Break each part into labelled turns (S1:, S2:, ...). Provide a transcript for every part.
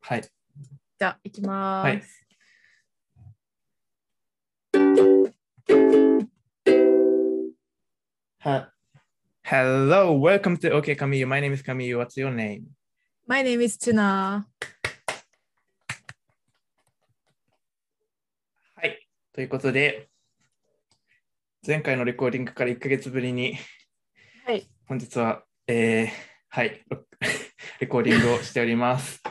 S1: はい。
S2: じゃあ、いきま
S1: はい
S2: ーす。
S1: は Hello, welcome to OK Kamiyu. My name is Kamiyu. What's your name?
S2: My name is Tuna.
S1: はい。ということで、前回のレコーディングから1ヶ月ぶりに、
S2: はい。
S1: 本日は、えー、はい、 ロレコーディングをしております。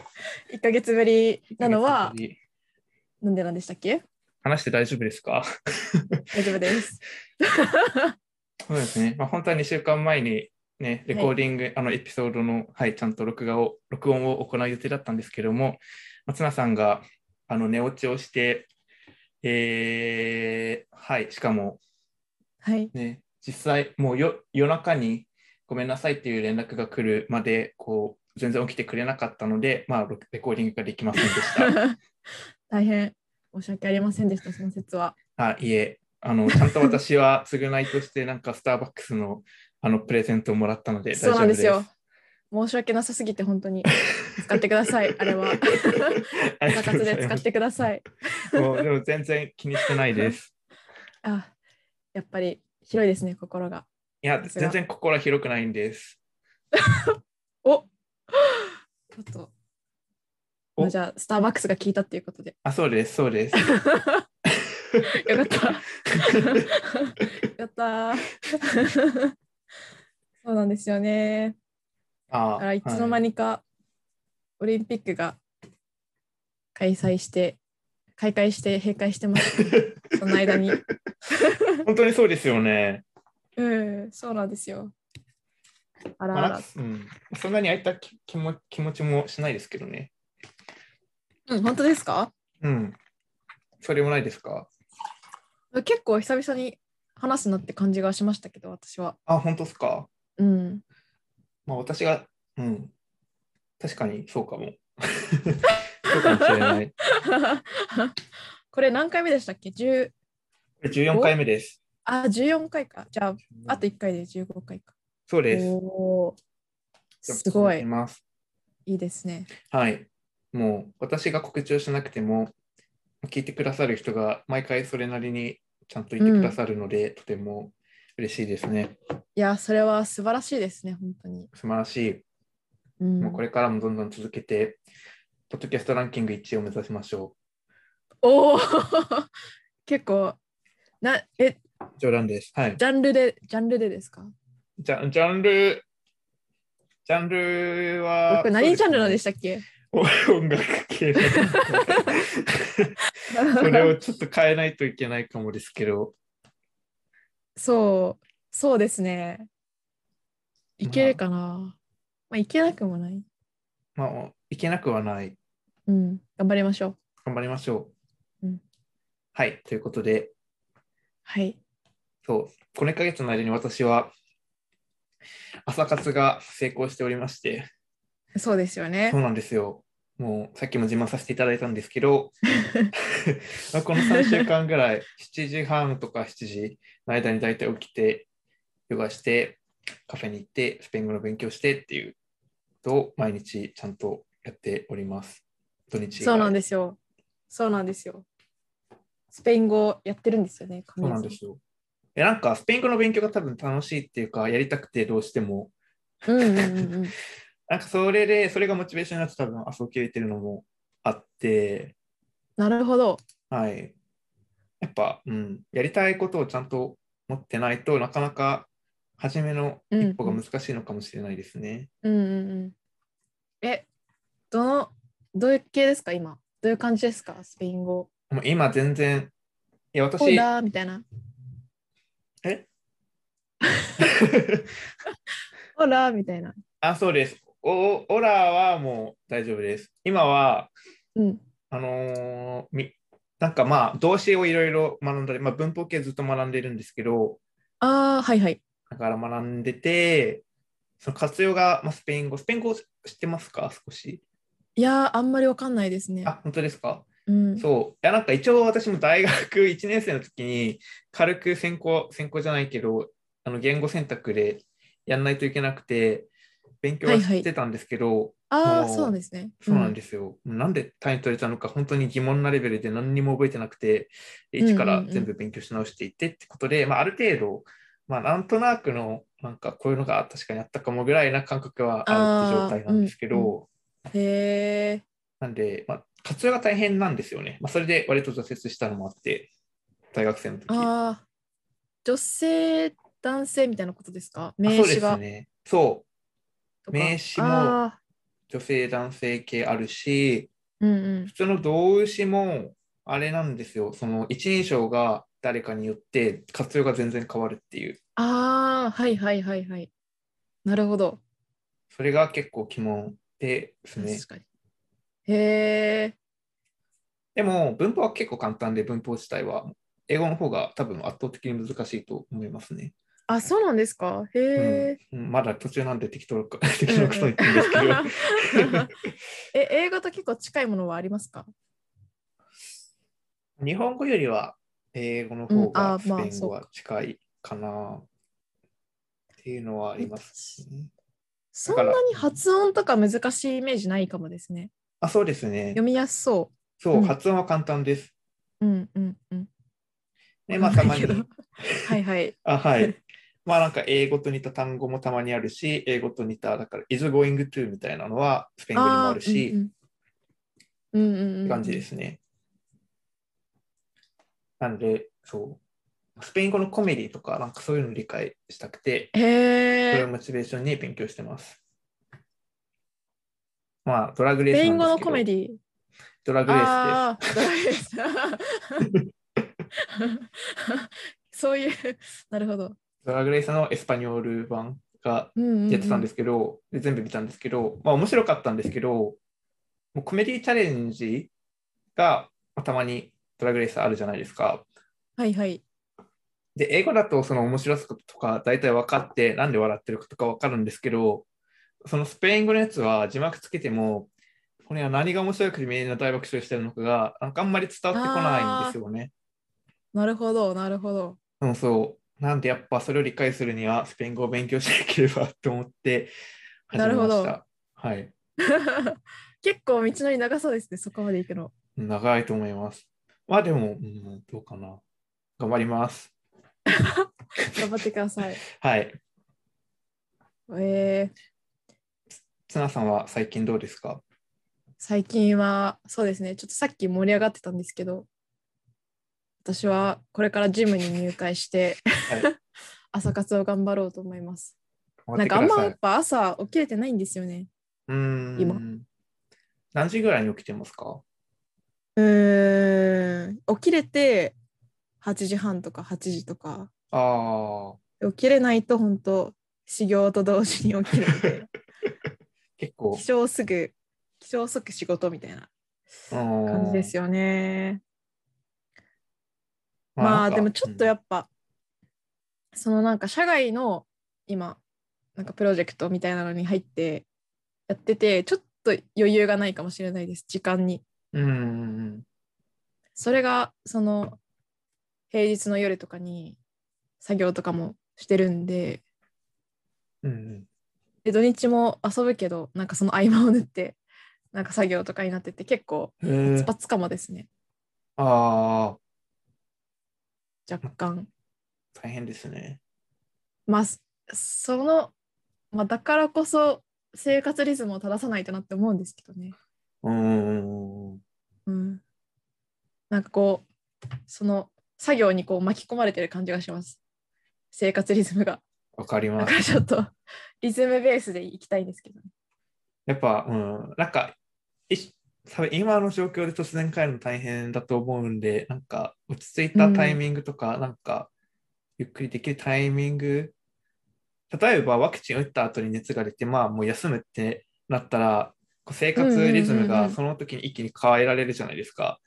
S2: 1ヶ月ぶりなの は、
S1: 1ヶ月ぶり
S2: なんでなんでしたっけ
S1: 話して大丈夫ですか
S2: 大丈 夫です。
S1: そうですね。まあ、本当は2週間前に、ね、レコーディング、あのエピソードの、はい、ちゃんと録画を、録音を行う予定だったんですけども、松永さんがあの寝落ちをして、えー、はい、しかも、
S2: はい。
S1: ね、実際、もうよ夜中にごめんなさいっていう連絡が来るまで、こう、全然起きてくれなかったので、まあ、ロレコーディングができませんでした。
S2: 大変申し訳ありませんでした、その説は。
S1: あ、いえ、あの、ちゃんと私は償いとして、なんかスターバックスのあのプレゼントをもらったので大
S2: そ
S1: 丈
S2: うな
S1: 夫
S2: ん
S1: で。
S2: ですすよ。申し訳なさすぎて、本当に。使ってくださ い、あれは。
S1: ありが
S2: 部
S1: とう
S2: 活
S1: ござい
S2: で使
S1: ま
S2: っ
S1: す
S2: てください。
S1: もうでも全然気にしてないです。
S2: あ、やっぱり広いですね、心が。
S1: いや、
S2: さすが
S1: 全然心は広くないんです。
S2: おちょっと。
S1: お
S2: まあじゃあ、スターバックスが聞いたっていうことで。
S1: あ、そうです、そうです。
S2: よか った。やった ー。そうなんですよね。
S1: あ
S2: だからいつの間
S1: に。
S2: にかオリンピックが開催して、開会して閉会してます、 その間に。
S1: 本当にそうですよね。
S2: うん、そうなんですよ。あら
S1: まあ
S2: あ
S1: なん
S2: ら
S1: か。うん、そんなに空いた気気も気持ちもしないですけどね。
S2: うん、本当ですか
S1: うん。それもないですか
S2: 結構久々に話すなって感じがしましたけど、私は。
S1: あ、本当ですか。
S2: うん。
S1: まあ私が、うん。確かにそうか も。そうかもしれない。
S2: これ何回目でしたっけ ?10、
S1: 14回目です。
S2: あ、14回か。じゃあ、あと1回で15回か。
S1: そうです。
S2: おー
S1: じゃあ
S2: すご
S1: 続け
S2: い、
S1: ます
S2: いいですね。
S1: はい。もう私が告知をしなくても、聞いてくださる人が毎回それなりにちゃんといてくださるので、とても嬉しいですね。
S2: いや、それは素晴らしいですね、本当に。
S1: 素晴らしい。
S2: うん、
S1: もうこれからもどんどん続けて、ポッドキャストランキング1位を目指しましょ
S2: おお 結構、な、え、
S1: う。冗談です。はい。
S2: ジャンルで、ジャンルでですか
S1: じゃジャンル、ジャンルは。
S2: これ何ジャンルなんでしたたっけ
S1: 音楽系の。 それをちょっと変えないといけないかもですけど。
S2: そう、そうですね。いけるかな、まあ、いけなくもない。
S1: まあ、いけなくはない。
S2: うん、頑張りましょう。
S1: 頑張りましょう。
S2: うん
S1: はい、ということで、
S2: はい。
S1: そう、この1ヶ月の間に私は、朝活が成功しておりまして、
S2: そうですよね
S1: そう。なんですよ。もうさっきも自慢させていただいたんですけ ど、この3週間ぐらい、7時半とか7時の間に大体起きて、ヨガして、カフェに行って、スペイン語の勉強してっていうことを毎日ちゃんとやっております。土日以外
S2: そうなんですよ。そうなんですよ。スペイン語やってるんですよね、
S1: そう
S2: 神
S1: な
S2: 谷
S1: ん
S2: さん
S1: ですよ。えなんかスペイン語の勉強が多分楽しいっていうか、やりたくてどうしても、
S2: うんうんうんうん。
S1: なんかそれで、それがモチベーションになって多分遊び入れてるのもあって、
S2: なるほど。
S1: はい。やっぱ、うん、やりたいことをちゃんと持ってないとなかなか初めの一歩が難しいのかもしれないですね。
S2: うんうんうん。え、どの、どういう系ですか、今。どういう感じですか、スペイン語。
S1: もう今全然、いや
S2: ホ
S1: 私、
S2: ラーみたいな。 ホラーみたいな。
S1: あ、そうです。おオラはもう大丈夫です。今は、
S2: うん。
S1: あのーみなんかまあ動詞をいろいろ学んだり、まあ、文法系ずっと学んでるんですけど
S2: ああ、はいはい。
S1: だから学んでてその活用が、まあ、スペイン語スペイン語知ってますか少し
S2: いやー、あんまりわかんないですね。
S1: あ本当ですか、
S2: うん。
S1: そういやなんか一応私も大学1年生の時に軽く専攻専攻じゃないけどあの言語選択でやんないといけなくて勉強はしてたんですけど、
S2: あ
S1: あ
S2: あ、
S1: ー
S2: そうなんですね。
S1: そうなん
S2: す。
S1: ですよ。なんで単位取れたのか、本当に疑問なレベルで何にも覚えてなくて、で一か
S2: うん
S1: ら
S2: うんうん
S1: 全部勉強し直していってってことで、まあ、ある程度、まあ、なんとなくの、なんかこういうのが確かにあったかもぐらいな感覚はあるって状態なんですけど、
S2: あーうんへえ。
S1: なんで、まあ、活用が大変なんですよね。まあ、それで割と挫折したのもあって、大学生の時。
S2: ああ。女性、男性みたいなことですか
S1: あ
S2: 名詞
S1: そう
S2: が
S1: です。ね。そう。
S2: とか
S1: 名詞も
S2: あ
S1: 女性、男性系あるし、
S2: ーうんうん。
S1: 普通の動詞もあれなんですよ。その一人称が誰かによって活用が全然変わるっていう。
S2: ああ、はいはいはいはい。なるほど。
S1: それが結構鬼門ですね
S2: 確。かに。へえ。
S1: でも文法は結構簡単で文法自体は英語の方が多分圧倒的に難しいと思いますね。
S2: あ、そうなんですか。へえ。
S1: うん、まだ途中なんで適当か適当なこと言ってるんですけど。
S2: え、英語と結構近いものはありますか。
S1: 日本語よりは英語の
S2: うん
S1: 方
S2: あ
S1: がス
S2: ーまあ
S1: ペイン
S2: そう
S1: 語
S2: か
S1: は近いかなっていうのはありますね。
S2: そんなに発音とか難しいイメージないかもですね。
S1: あ、そうですね
S2: 読。みやすそ
S1: そうう、
S2: ん
S1: 発音は簡単です。
S2: う。うんうんうん。
S1: ね、まあたま
S2: わ
S1: に
S2: かんない。けどはいはい。
S1: あ、 はい。まあなんか英語と似た単語もたまにあるし、英語と似た、だから is going to みたいなのはスペイン語にもあるし、
S2: ー。うんうん。うんうんうん。
S1: って感じですすね。なので、そう、スペイン語のコメディとか、なんかそういうの理解したくて、
S2: へ
S1: それを
S2: え。
S1: モチベーションに勉強してます。まあ、ドラグレ
S2: ス
S1: ース
S2: ペイ
S1: なん
S2: ン
S1: で
S2: 語
S1: す
S2: の
S1: け
S2: コ
S1: ど、
S2: メディ。
S1: ドラグレース
S2: ああー、ドラグレース。 そういう。なるほど。
S1: です。ドラグレースのエスパニョール版が
S2: うんうんうん、。
S1: やってたんですすけど、で全部見たんですけど、まあ面白かったんですけど、もうコメディチャレンジがまあたまにドラグレースあるじゃないですか。
S2: はいはい。
S1: で、英語だとその面白さとか大体分かって、なんで笑ってるかとか分かるんですけど、そのスペイン語のやつは字幕つけても、これは何が面白くてみんな大爆笑してるのかが、なんかあんまり伝わってこないんですよね。
S2: なるほど、なるほど。
S1: うん、そう。なんでやっぱそれを理解するにはスペイン語を勉強しなければと思って始めま
S2: な
S1: し
S2: るほ
S1: た。はい。
S2: 結構道のり長そうですね、そこまで行くの。
S1: 長いと思います。まあでも、うん、どうかな。頑張ります。
S2: 頑張ってください。
S1: はい。
S2: えー、
S1: ツナさんは最近どうですか
S2: 最近は、そうですね、ちょっとさっき盛り上がってたんですけど、私はこれからジムに入会して、
S1: は
S2: 朝活を頑張ろうと思います。
S1: 頑張
S2: な
S1: っ
S2: ん
S1: て
S2: かあん
S1: くだ
S2: ま
S1: さ
S2: や
S1: い
S2: っぱ朝起きれてないんですよね。
S1: うーん
S2: 今
S1: 何時ぐらいに起きてますか
S2: うーん、起きれて8時半とか8時とか、
S1: ああ、
S2: 起きれないと本当修行と同時に起きるみたいな。
S1: 結構
S2: 起床すぐ起床即仕事みたいな感
S1: 感
S2: じです
S1: よ。
S2: よね。まあでもちょっとや
S1: っ
S2: っぱ、そのなんか社外の今なんかプロジェクトみたいなのに入ってやっててちょっと余裕がないかもしれないです時間に。
S1: ぱ。うんうん
S2: それがその平日の夜とかに作業とかもしてるんで
S1: うん。うん
S2: で土日も遊ぶけどなんかその合間を縫ってなんか作業とかになってて結構
S1: うん、へ
S2: ス
S1: ー
S2: パツかもですね
S1: ああ、
S2: 若干。
S1: 大変ですね。
S2: まあそその、まあ、だからこそ生活リズムを正さないとなって思うんですけどね。
S1: うんうんうん。
S2: うん、なんかこうその作業にこう巻き込まれてる感じがします。生活リズムが。
S1: わかり
S2: だ
S1: ま
S2: か
S1: す。
S2: らちょっとリズムベースでいきたいんですけど、ね。
S1: やっぱ、うん、なんか、いし多分今の状況で突然帰るの大変だと思うんで、なんか落ち着いたタイミングとか、なんかゆっくりできるタイミング、例えばワクチン打った後に熱が出て、まあもう休むってなったら、こう生活リズム
S2: うんうんうんう
S1: が
S2: ん
S1: その時に一気に変えられるじゃないですか。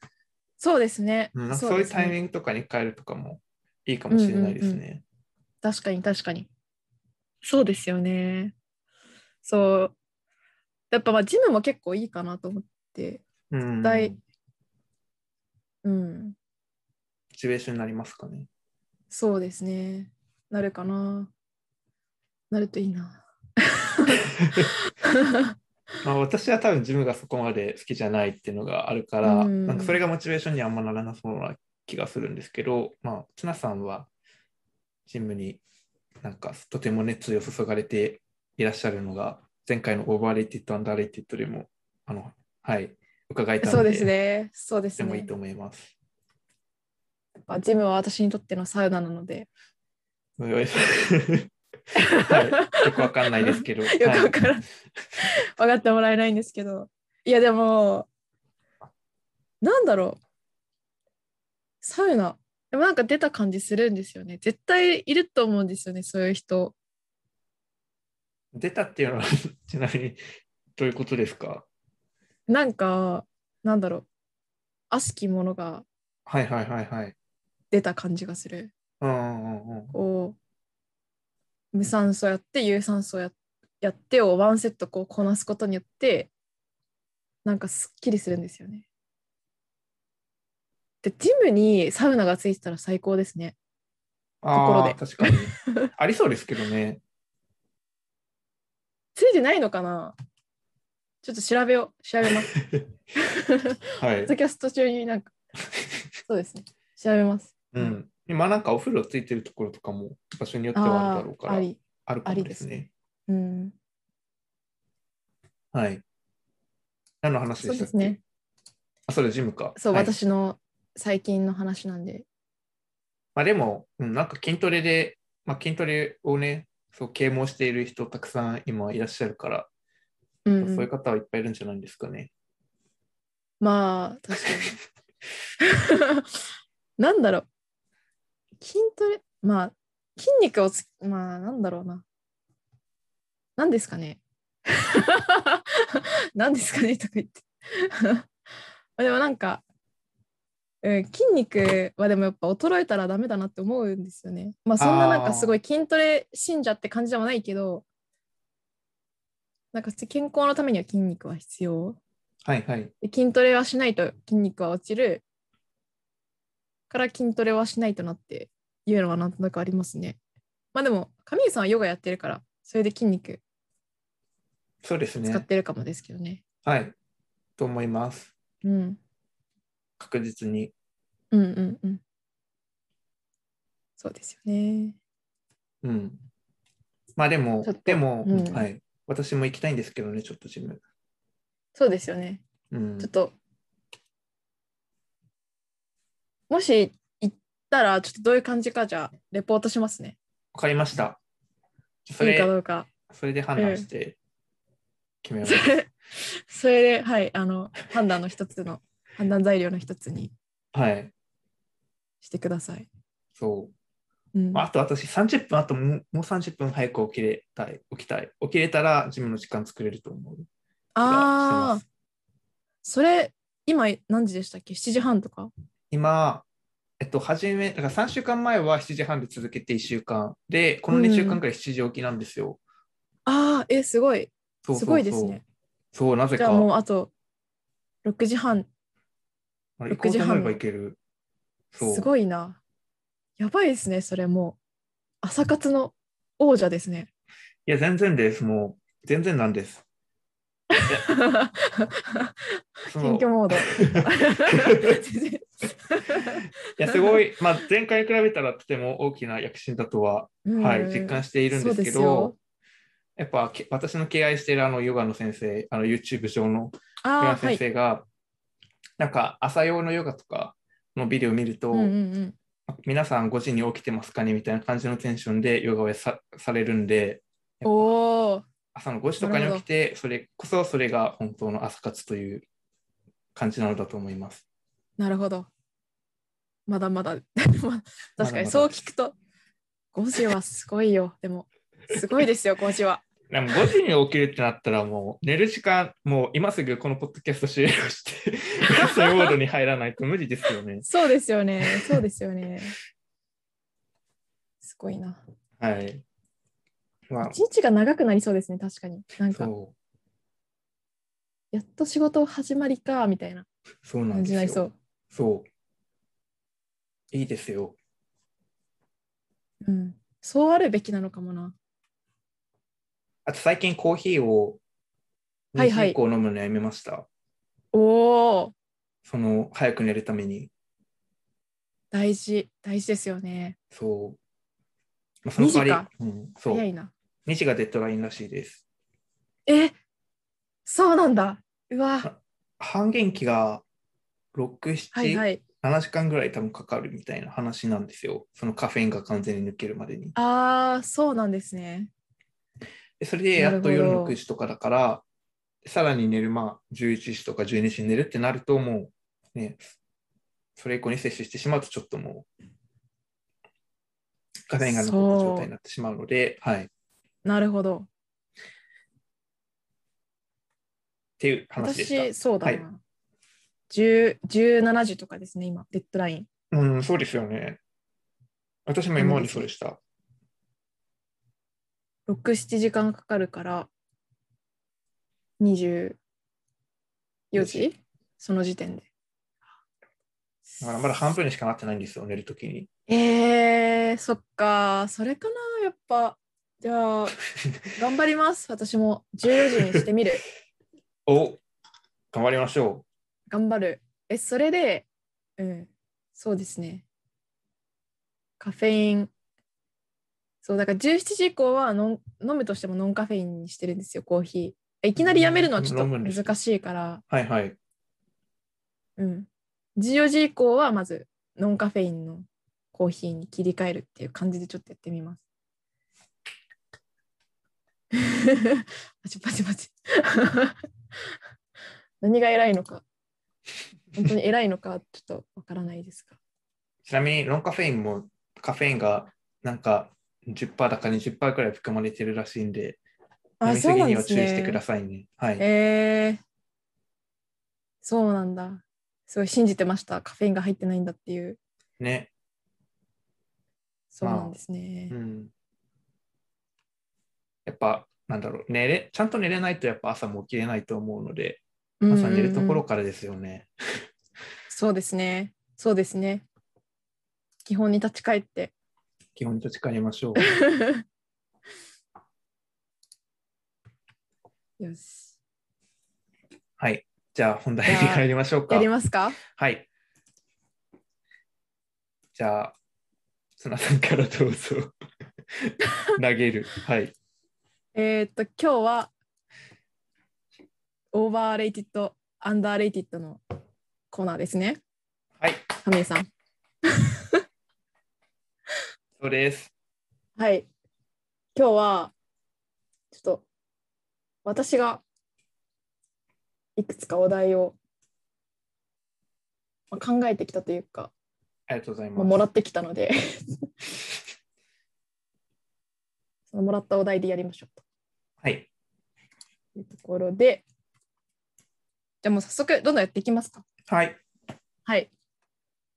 S2: そうですね。
S1: うんなんか
S2: そ
S1: そう
S2: う
S1: い
S2: で
S1: う
S2: す
S1: タイ
S2: ね。
S1: ミングとかに変えるとかもいいかもしれないですね。
S2: 確かに確かに。そうですよね。そう。やっぱまあジムも結構いいかなと思って。
S1: うんうんうん
S2: 絶対うん。
S1: モチベーションになりますかね。
S2: そうですね。なるかな。なるといいな。
S1: まあ、私は多分ジムがそこまで好きじゃないっていうのがあるから、
S2: うん
S1: なんかそれがモチベーションにあんまならなそうな気がするんですけど、まあ、ツナさんはジムになんかとても熱意を注がれていらっしゃるのが、前回のオーバーレイティッド、アンダーレイティッドでも、あの、はい、伺えた
S2: そ
S1: の
S2: う
S1: で、
S2: ですね。そうで
S1: とて
S2: す
S1: もい
S2: ね
S1: い。と思います。
S2: あジムは私にとってのサウナなので、
S1: うんはい、よくわかんないですけど、よ
S2: よくわからん分かってもらえないんですけどいやでもなんだろうサウナでもなんか出た感じするんですよね絶対いると思うんですよねそういう人
S1: 出たっていうのはちなみにどういうことですか
S2: なんかなんだろう悪しきものが
S1: はいはいはいはい。
S2: 出た感じがする
S1: うんうんうんうん。
S2: こう無酸素やって有酸素ややってをワンセットこうこなすことによってなんかすっきりするんですよね。でジムにサウナがついてたら最高ですね。ころで
S1: ああー、確かに。 ありそうですけどね。
S2: ついてないのかなちょっと調べよう調べま す。
S1: は
S2: ポ
S1: い
S2: ッ。ドキャスト中になんかそうですね調べます。
S1: うん。今なんかお風呂ついてるところとかも場所によってはあるだ
S2: あ
S1: ろうか
S2: あ
S1: ら、
S2: あ
S1: あ
S2: り。
S1: るかもです
S2: あり
S1: ね。
S2: うん。
S1: はい。何の話でしたっけ
S2: そうですね
S1: あ、それジムか。
S2: そう、
S1: はい
S2: 私の最近の話なんで。
S1: まあでも、うん、なんか筋トレで、まあ、筋トレをね、そう啓蒙している人たくさん今いらっしゃるから、
S2: うん
S1: そう
S2: うん、
S1: いう方はいっぱいいるんじゃないですかね。
S2: まあ確かに。 なんだろう筋トレまあ筋肉をつまあなんだろうな。なんですかね なんですかねとか言って。 まあでもなんか、うん、筋肉はでもやっぱ衰えたらダメだなって思うんですよね。まあそんななんかすごい筋トレ信者って感じでもないけどなんか健康のためには筋肉は必要
S1: はいはい。
S2: で筋トレはしないと筋肉は落ちるから筋トレはしないとなっていうのはなんとなくありますね。まあでも上井さんはヨガやってるからそれで筋肉
S1: そうです
S2: 使
S1: ね。
S2: ってるかもですけどね。
S1: はい。と思います。
S2: うん
S1: 確実に。
S2: うんうんうん。そうですよね。
S1: うん。まあでも
S2: ちょっと、
S1: でも、
S2: うん
S1: はい。私も行きたいんですけどね、ちょっとジム。
S2: そうですよね。
S1: うん
S2: ちょっ。ともし行ったらちょっとどういう感じかじゃあレポートしますね。
S1: わかりました。そ
S2: いいかど
S1: れ、
S2: うか。
S1: それで判断して決めます
S2: そ。れそれではいあの判断の一つの判断材料の一つに
S1: はい。
S2: してください。
S1: そう。
S2: うん
S1: まあ、あと私30分、あともうもう30分早く起きれたい、起きたい。起きれたらジムの時間作れると思う。
S2: あーそれ今何時でしたっけ ?7 時半とか
S1: 今、えっと、初め、だから3週間前は7時半で続けて1週間。で、この2週間くらい7時起きなんですよ。
S2: ああえすごい
S1: そうそうそう
S2: すごいですね。
S1: そう、なぜ
S2: じ
S1: か。
S2: ゃあもうあと6時半
S1: あれ行
S2: 6
S1: こうと思え
S2: 時半
S1: ば
S2: の
S1: 行ける。そう。
S2: すごいなやばいですねそれもう朝活の王者で すね
S1: いや、全然です。もう、全然なんです。そ
S2: 謙
S1: の
S2: 虚モード 全然
S1: いや、すごい、 まあ、前回に比べたらとても大きな躍進だとは、
S2: う ん
S1: はい、実感しているんですけ
S2: そうですよ
S1: ど、やっぱけ私の敬愛しているあのヨガの先生、あの YouTube 上のヨ
S2: あ
S1: ガ
S2: あは
S1: 先
S2: い
S1: 生が、なんか朝用のヨガとかのビデオを見ると、
S2: うんうんうん
S1: 皆さん5時に起きてますかねみたいな感じのテンションでヨガをさされるんで、やっぱ
S2: おお
S1: 朝の5時とかに起きて、それこそそれが本当の朝活という感じなのだと思います。
S2: なるほど。まだま だ。
S1: だ
S2: 確かにそう聞くと、5時はすごいよ。でも、すごいですよ、5時は。
S1: でも5時に起きるってなったらもう寝る時間、もう今すぐこのポッドキャスト終了して、 そういうモードに入らないと無理ですよね。
S2: そうですよね。そうですよね。すごいな。
S1: はい。まあ
S2: 一、日が長くなりそうですね、確かに。なんか、
S1: そ
S2: やっと仕事始まりか、みたいな
S1: う、そうなん
S2: 感
S1: で
S2: じ
S1: す
S2: に
S1: よ。
S2: なりそう。
S1: そう。いいですよ。
S2: うん。そうあるべきなのかもな。
S1: あと最近コーヒーを
S2: はい
S1: 2
S2: はい
S1: 時以降飲むのやめました。
S2: おお
S1: その早く寝るために。
S2: 大事大事ですよね
S1: そう。まあ、その代わり、うん、そ
S2: 早
S1: う。
S2: いな
S1: 2時がデッドラインらしいです。
S2: えそうなんだうわ
S1: 半減期が6、7、
S2: はいはい
S1: 7時間ぐらい多分かかるみたいな話なんですよ。そのカフェインが完全に抜けるまでに。
S2: あーそうなんですね
S1: でそれでやっと夜の9時とかだから、さらに寝る、まあ、11時とか12時に寝るってなると、もう、ね、それ以降に摂取してしまうと、ちょっともう、カフェインが残った状態になってしまうので、はい。っ
S2: なるほど
S1: ていう話で
S2: 私
S1: し
S2: そうだな、
S1: は
S2: 10 17時とかですね今デッドライン
S1: た。うん、そうですよね。私も今までそうでした。
S2: 67時間かかるから24時その時点で
S1: だからまだ半分にしかなってないんですよ、寝るときに。
S2: えー、そっかそれかなやっぱじゃあ 頑張ります私も14時にしてみる
S1: お頑張りましょ
S2: 頑張るえそれでうんそうですねカフェインそうだから17時以降はノン飲むとしてもノンカフェインにしてるんですよコーヒーいきなりやめるのはちょっと
S1: 飲むんですね
S2: 難しいから
S1: う。はいはい。
S2: うん14時以降はまずノンカフェインのコーヒーに切り替えるっていう感じでちょっとやってみます。 パチパチパチ。何が偉いのか、本当に偉いのかちょっとわからないですが。
S1: ちなみに、ノンカフェインも、カフェインがなんか10%だか20%くらい含まれてるらしいんで、飲
S2: あ、
S1: み
S2: そ
S1: す
S2: う
S1: ぎ
S2: なん
S1: に
S2: で
S1: は
S2: す
S1: 注意してくだ
S2: ね。
S1: さいね。はい。
S2: えー、そうなんだ。すごい信じてました。カフェインが入ってないんだっていう。
S1: ね。
S2: そうなんですね。
S1: うん。やっぱ、なんだろう、寝れ、ちゃんと寝れないとやっぱ朝も起きれないと思うので、朝寝るところからですよね。
S2: そうですね。そうですね。基本に立ち返って。
S1: 基本に立ち返りましょう。
S2: よし。
S1: はい。じゃあ、本題に入りましょうか
S2: や。りますか
S1: はい。じゃあ、綱さんからどう ぞ。投げる。はい。
S2: えーっと、今日は、オーバーレイティッド、アンダーレイティッドのコーナーですね。
S1: はい。
S2: 亀井さん。
S1: そうです。
S2: はい。今日は、ちょっと、私が、いくつかお題を、まあ、考えてきたというか、
S1: ありがとうござい
S2: ま
S1: ま
S2: あ、
S1: す。
S2: もらってきたので そのもらったお題でやりましょう
S1: はい。
S2: というところでじゃあもう早速どんどんやっていきますか
S1: はい。
S2: はい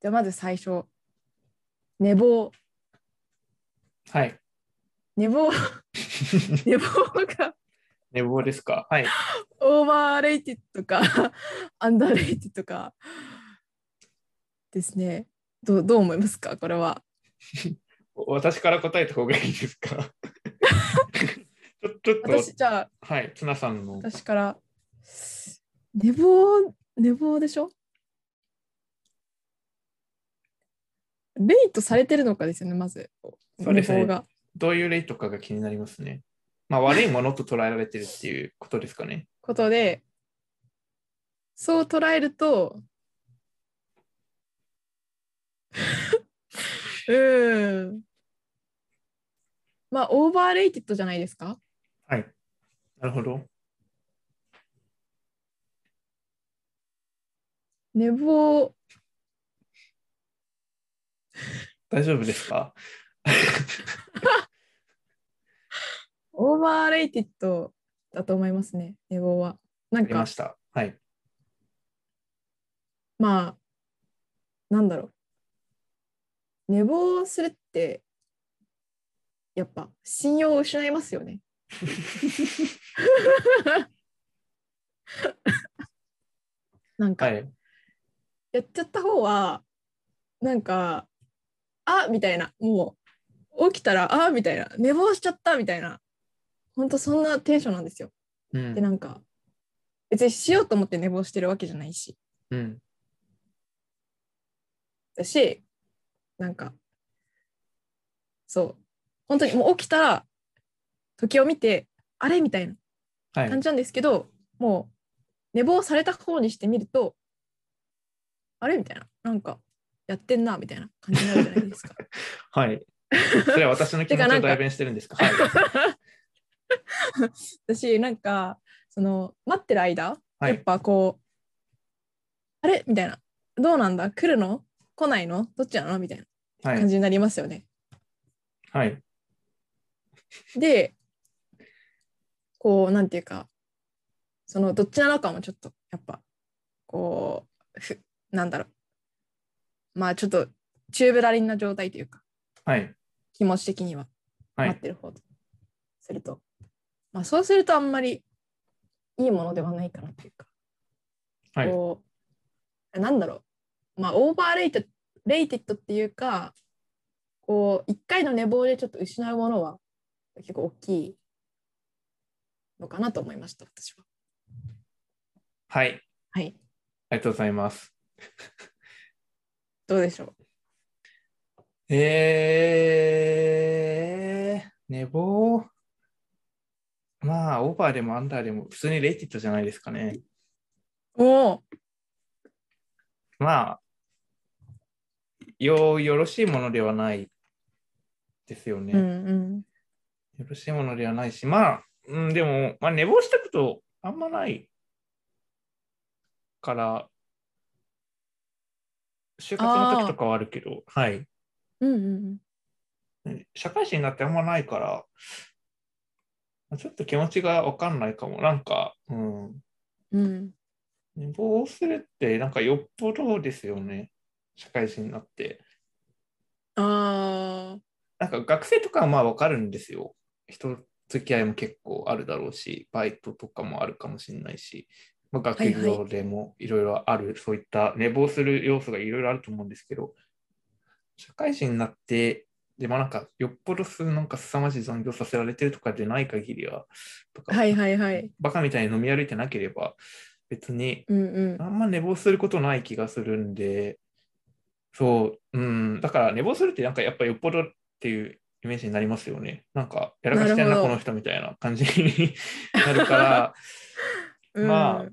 S2: じゃあまず最初寝坊
S1: はい。
S2: 寝坊寝坊が
S1: 寝坊ですかはい。
S2: オーバーレイティッドか アンダーレイティッドかですねどうどう思いますかこれは
S1: 私から答えた方がいいですか ちょちょっと
S2: 私、じゃあ
S1: はい。綱さんの。
S2: 私から寝坊寝坊でしょレイトされてるのかですよねまず
S1: そうですね
S2: 寝坊が
S1: どういう例とかが気になりますね。まあ、悪いものと捉えられてるっていうことですかね。
S2: ことでそう捉えると うーんまあオーバーレイティッドじゃないですか
S1: はい。なるほど。
S2: 寝坊
S1: 大丈夫ですか
S2: オーバーレイティッドだと思いますね寝坊はなん
S1: あり
S2: か
S1: ました。はい。
S2: まあなんだろう寝坊するってやっぱ信用を失いますよね。なんか、
S1: はい。
S2: やっちゃった方はなんか「あみたいなもう起きたら「あみたいな「寝坊しちゃった」みたいな本当そんなテンションなんですよ。
S1: うん
S2: でなんか別にしようと思って寝坊してるわけじゃないし
S1: うん
S2: だしなんかそう本当にもう起きたら時を見てあれみたいな
S1: はい
S2: 感じなんですけど、もう寝坊された方にしてみるとあれみたいななんかやってんなみたいな感じになるじゃない ですか。
S1: はい。それは私の気
S2: て
S1: 持
S2: か
S1: ち
S2: な
S1: を
S2: んか
S1: 代弁してるんですかはい。
S2: 私なんかその待ってる間、
S1: はい
S2: やっぱこうあれみたいなどうなんだ来るの来ないのどっちなのみたいな
S1: は
S2: 感
S1: い。
S2: じになりますよね。
S1: はい。
S2: でこうなんていうかそのどっちなのかもちょっとやっぱこうふなんだろうまあちょっと宙ぶらりんな状態というか
S1: はい。
S2: 気持ち的には
S1: はい
S2: 待ってる方とすると、まあそうするとあんまりいいものではないかなというか、
S1: はい
S2: こうなんだろうまあオーバーレイテレイテッドっていうかこう一回の寝坊でちょっと失うものは結構大きいのかなと思いました私は。
S1: はい。あ
S2: はい
S1: りがとうございます。
S2: どうでしょう
S1: えー、寝坊。まあ、オーバーでもアンダーでも、普通にレイティットじゃないですかね。
S2: おー
S1: まあ、よう、よろしいものではないですよね。
S2: うん
S1: よ
S2: うん
S1: ろしいものではないし、まあ、うん、でも、まあ、寝坊したことあんまないから、就活の時とかはあるけど、はい。
S2: うんうん
S1: うん社会人になってあんまないから、まあちょっと気持ちがわかんないかも。なんか、うん、
S2: うんうん
S1: 寝坊するって、なんかよっぽどですよね。社会人になって。
S2: あ
S1: なんか学生とかはまあわかるんですよ。人付き合いも結構あるだろうし、バイトとかもあるかもしれないし、まあ、学業でもいろいろある、そういった寝坊する要素がいろいろあると思うんですけど、社会人になって、でもなんかよっぽどすなんか凄まじい残業させられてるとかでない限りは、と
S2: あ
S1: か
S2: はいはいはい
S1: バカみたいに飲み歩いてなければ、別に
S2: うんうん
S1: あんま寝坊することない気がするんで、そう、うん、だから寝坊するってなんかやっぱよっぽどっていうイメージになりますよね。なんか、やらかしてんな、
S2: なるほ
S1: こ
S2: ど
S1: の人みたいな感じになるから、
S2: うん
S1: ま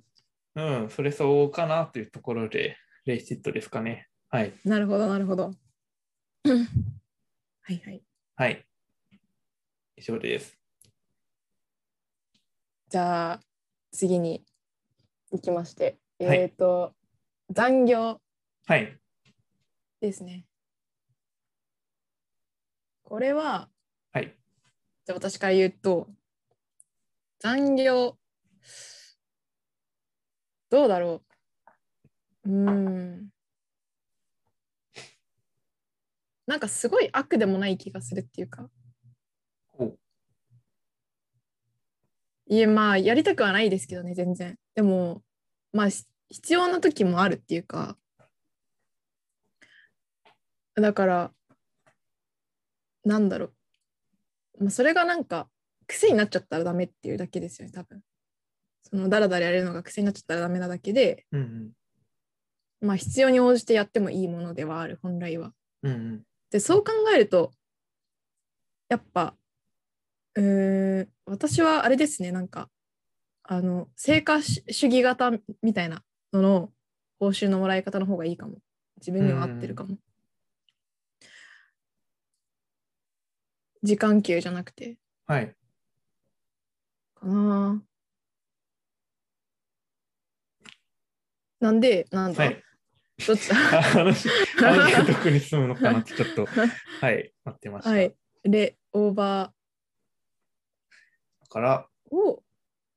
S1: あ、うん、それ相応かなというところで、レイシットですかね。はい。
S2: なるほど、なるほど。 はいはい。
S1: はい。以上です。
S2: じゃあ、次に行きまして、
S1: はい
S2: えっ、と、残業
S1: はい。
S2: ですね。これは、
S1: はい。
S2: じゃあ私から言うと、残業、どうだろう。うーん。なんかすごい悪でもない気がするっていうか。
S1: ほう
S2: いやまあやりたくはないですけどね全然でもまあし必要な時もあるっていうかだからなんだろう、まあ、それがなんか癖になっちゃったらダメっていうだけですよね多分そのダラダラやるのが癖になっちゃったらダメなだけで
S1: うん
S2: まあ必要に応じてやってもいいものではある本来は
S1: うん。うん
S2: でそう考えるとやっぱうーん私はあれですねなんかあの成果主義型みたいなのの報酬のもらい方の方がいいかも自分には合ってるかも時間給じゃなくて
S1: うん。はい。
S2: かななんでなんだ、
S1: はい。
S2: どっちだ
S1: あ話、話がどこに進むのかなって、ちょっと、はい、待ってました。
S2: はいでオーバ
S1: だから、
S2: ーを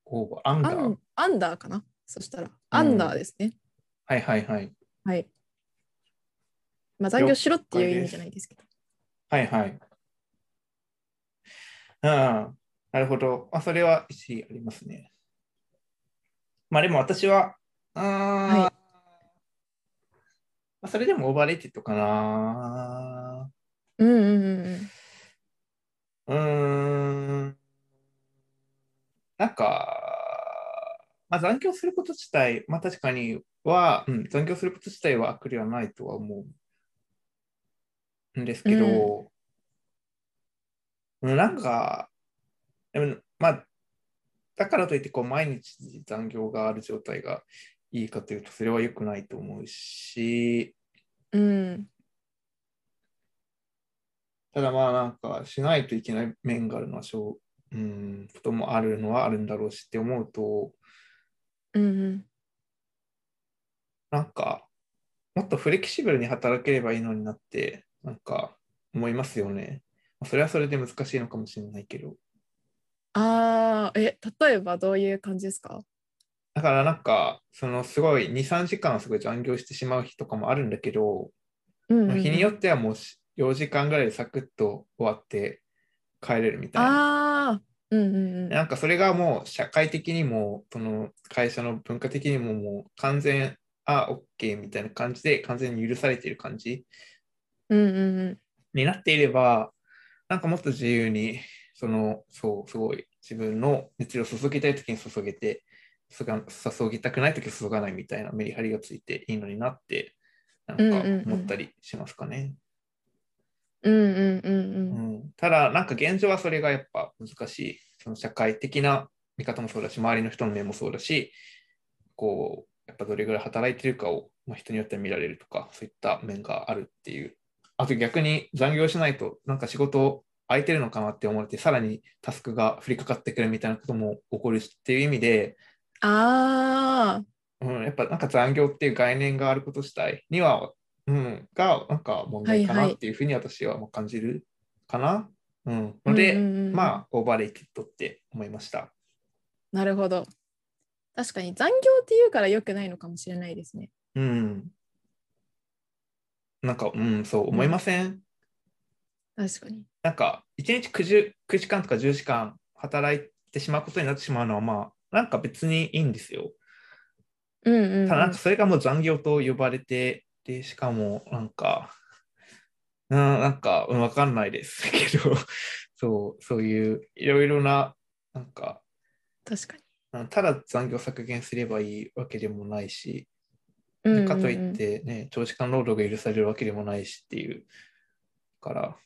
S1: オーバー、アン
S2: ア
S1: ダー
S2: ン。アンダーかなそしたらアンダーですね、
S1: はいはいはい。
S2: はい。まあ、残業しろっていう意味じゃないですけど。
S1: はいはい。うん。なるほど。あ、それは一理ありますね。まあでも私は、うーん、
S2: い
S1: まあそれでもオーバーレイテッドかな。
S2: うんうんうんうん。
S1: うーん。なんか、まあ、残業すること自体、まあ確かには、うん、残業すること自体は悪ではないとは思うんですけど、うんなんか、でもまあ、だからといってこう毎日残業がある状態がいいかというと、それは良くないと思うし、
S2: うん。
S1: ただまあなんかしないといけない面があるのはしょう、うん、こともあるのはあるんだろうしって思うと、
S2: うんうん。
S1: なんかもっとフレキシブルに働ければいいのになって、なんか思いますよね。まあそれはそれで難しいのかもしれないけど。
S2: ああ、え、例えばどういう感じですか
S1: だからなんか、そのすごい2、3時間すごい残業してしまう日とかもあるんだけど、
S2: うん
S1: まあ
S2: うん、
S1: 日によってはもうし4時間ぐらいでサクッと終わって帰れるみたいな。
S2: ああ、うんうんうん。
S1: なんかそれがもう社会的にもその会社の文化的にももう完全あ OK みたいな感じで完全に許されている感じ
S2: うんうんうん。
S1: になっていればなんかもっと自由にそのそうすごい自分の熱量を注ぎたい時に注げて注が注ぎたくない時は注がないみたいなメリハリがついていいのになってなんか思ったりしますかね。
S2: うんうんうんうん。
S1: うんただなんか現状はそれがやっぱ難しいその社会的な見方もそうだし周りの人の目もそうだしこうやっぱどれぐらい働いてるかを、まあ、人によっては見られるとかそういった面があるっていうあと逆に残業しないとなんか仕事空いてるのかなって思われてさらにタスクが降りかかってくるみたいなことも起こるしっていう意味で、
S2: ああ、
S1: うん、やっぱなんか残業っていう概念があること自体には、うん、がなんか問題か
S2: は
S1: ない
S2: はい
S1: っていうふうに私はまあ感じるかな、うん、ので、
S2: うんうんうん
S1: まあオーバーレイテッドって思いました。
S2: なるほど。確かに残業って言うから良くないのかもしれないですね。
S1: うん、なんか、うん、そう思いません、
S2: 確かに。
S1: なんか1日 9, 9時間とか10時間働いてしまうことになってしまうのはまあなんか別にいいんですよ。
S2: うんうん、うん。
S1: ただなんかそれがもう残業と呼ばれてでしかもなんかうんなんかうんわかんないですけど そうそういういろいろななんか
S2: 確かに。
S1: うんただ残業削減すればいいわけでもないし
S2: うんうんうん
S1: かといっ。てね長時間労働が許されるわけでもないしっていうから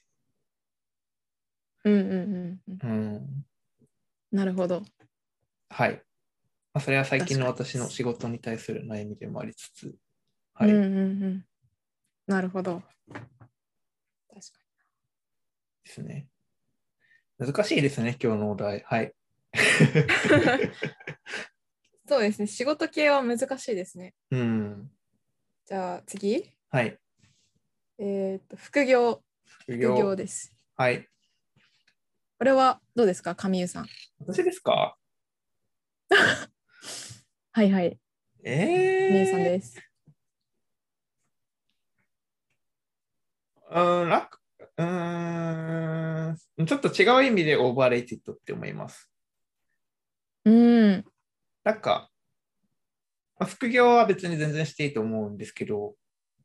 S2: うんうんうんうん。
S1: うん
S2: なるほど。
S1: はい、まあ、それは最近の
S2: 確かに
S1: 私の仕事に対する悩みでもありつつはい、
S2: うんうんうん。なるほど。確か
S1: ですね難しいですね今日のお題はい
S2: に。 そうですね。仕事系は難しいですね。
S1: うん
S2: じゃあ次。
S1: はい。
S2: えっと、副業。
S1: 副
S2: 副業です。
S1: はい。
S2: これはどうですか、神優さん。
S1: 私ですか
S2: はいはい。
S1: え
S2: 神優さんです。
S1: うん、なんかうーん、ちょっと違う意味でオーバーレイティッドって思います。
S2: うん。
S1: なんか、まあ副業は別に全然していいと思うんですけど、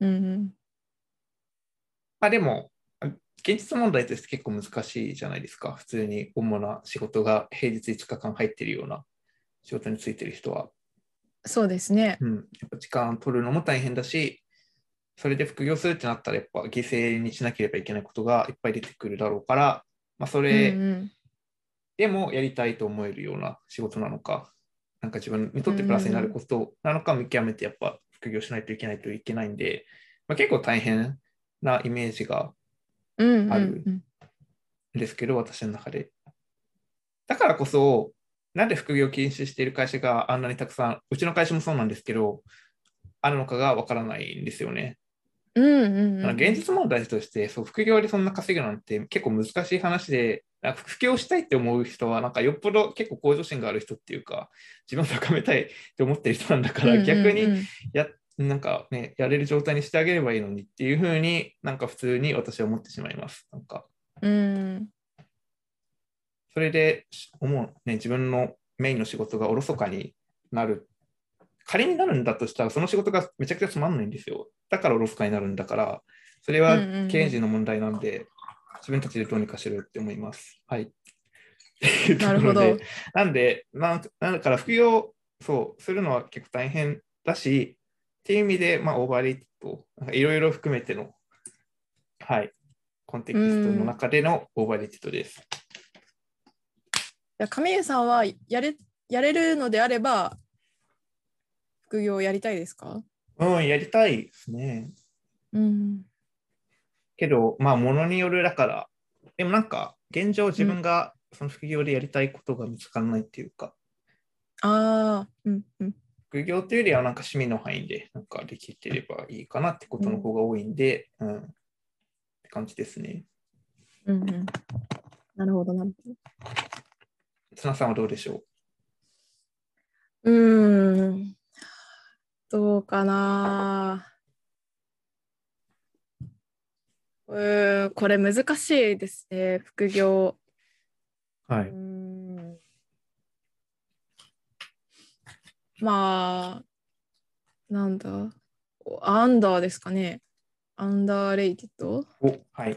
S2: うんうん。
S1: まあでも、現実問題として結構難しいじゃないですか。普通に主な仕事が平日5日間入ってるような仕事についてる人は。
S2: そうですね。
S1: うん、やっぱ時間取るのも大変だし、それで副業するってなったら、やっぱ犠牲にしなければいけないことがいっぱい出てくるだろうから、まあ、それ
S2: うんうん、
S1: でもやりたいと思えるような仕事なのか、なんか自分にとってプラスになることなのか見極めて、やっぱ副業しないといけないといけないんで、まあ、結構大変なイメージが
S2: うんうんうん
S1: あるですけど、私の中で。だからこそ、なんで副業禁止している会社があんなにたくさん、うちの会社もそうなんですけど、あるのかがわからないんですよね。
S2: うんうんうん。
S1: 現実問題として、そう副業でそんな稼ぐなんて結構難しい話で、なんか副業したいって思う人は、なんかよっぽど結構向上心がある人っていうか、自分を高めたいって思ってる人なんだから、逆
S2: うんう
S1: に
S2: んうん
S1: や、なんかね、やれる状態にしてあげればいいのにっていうふうになんか普通に私は思ってしまいます。なんか
S2: うん
S1: それで思う、ね、自分のメインの仕事がおろそかになる。仮になるんだとしたら、その仕事がめちゃくちゃつまんないんですよ。だからおろそかになるんだから、それは
S2: うんうんうん
S1: 経営陣の問題なんで、自分たちでどうにかしろよって思います。はい。っていう ところで
S2: なるほど
S1: なんでなんだから副業そうするのは結構大変だしっていう意味で、まあ、オーバーリートといろいろ含めての、はい、コンテキストの中でのオーバーリートです。
S2: や神江さんはやれやれるのであれば副業をやりたいですか
S1: うん、やりたいですね。
S2: うん。
S1: けど、まあ、ものによるだから、でもなんか、現状自分がその副業でやりたいことが見つからないっていうか、
S2: ああ、うんうん。
S1: 副業というよりはなんか趣味の範囲でなんかできてればいいかなってことの方が多いんで、うん、って感じですね。
S2: うんうん、なるほどなるほど。
S1: 綱さんはどうでしょ
S2: うーん。どうかな。うーん、これ難しいですね、副業。
S1: うは
S2: うー。んまあ、なんだ、おアンダーですかね。アンダーレイテッド
S1: おはい。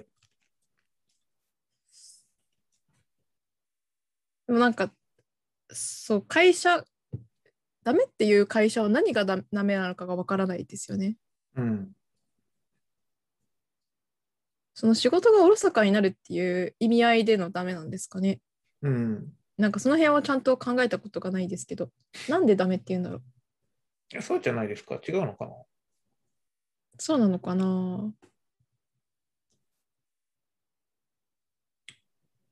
S2: でもなんか、そう、会社、ダメっていう会社は何がダダメなのかがわからないですよね。
S1: うん。
S2: その仕事がおろそかになるっていう意味合いでのダメなんですかね。
S1: うん。
S2: なんかその辺はちゃんと考えたことがないですけど、なんでダメって言うんだろう。
S1: いやそうじゃないですか。違うのかな
S2: そうなのかな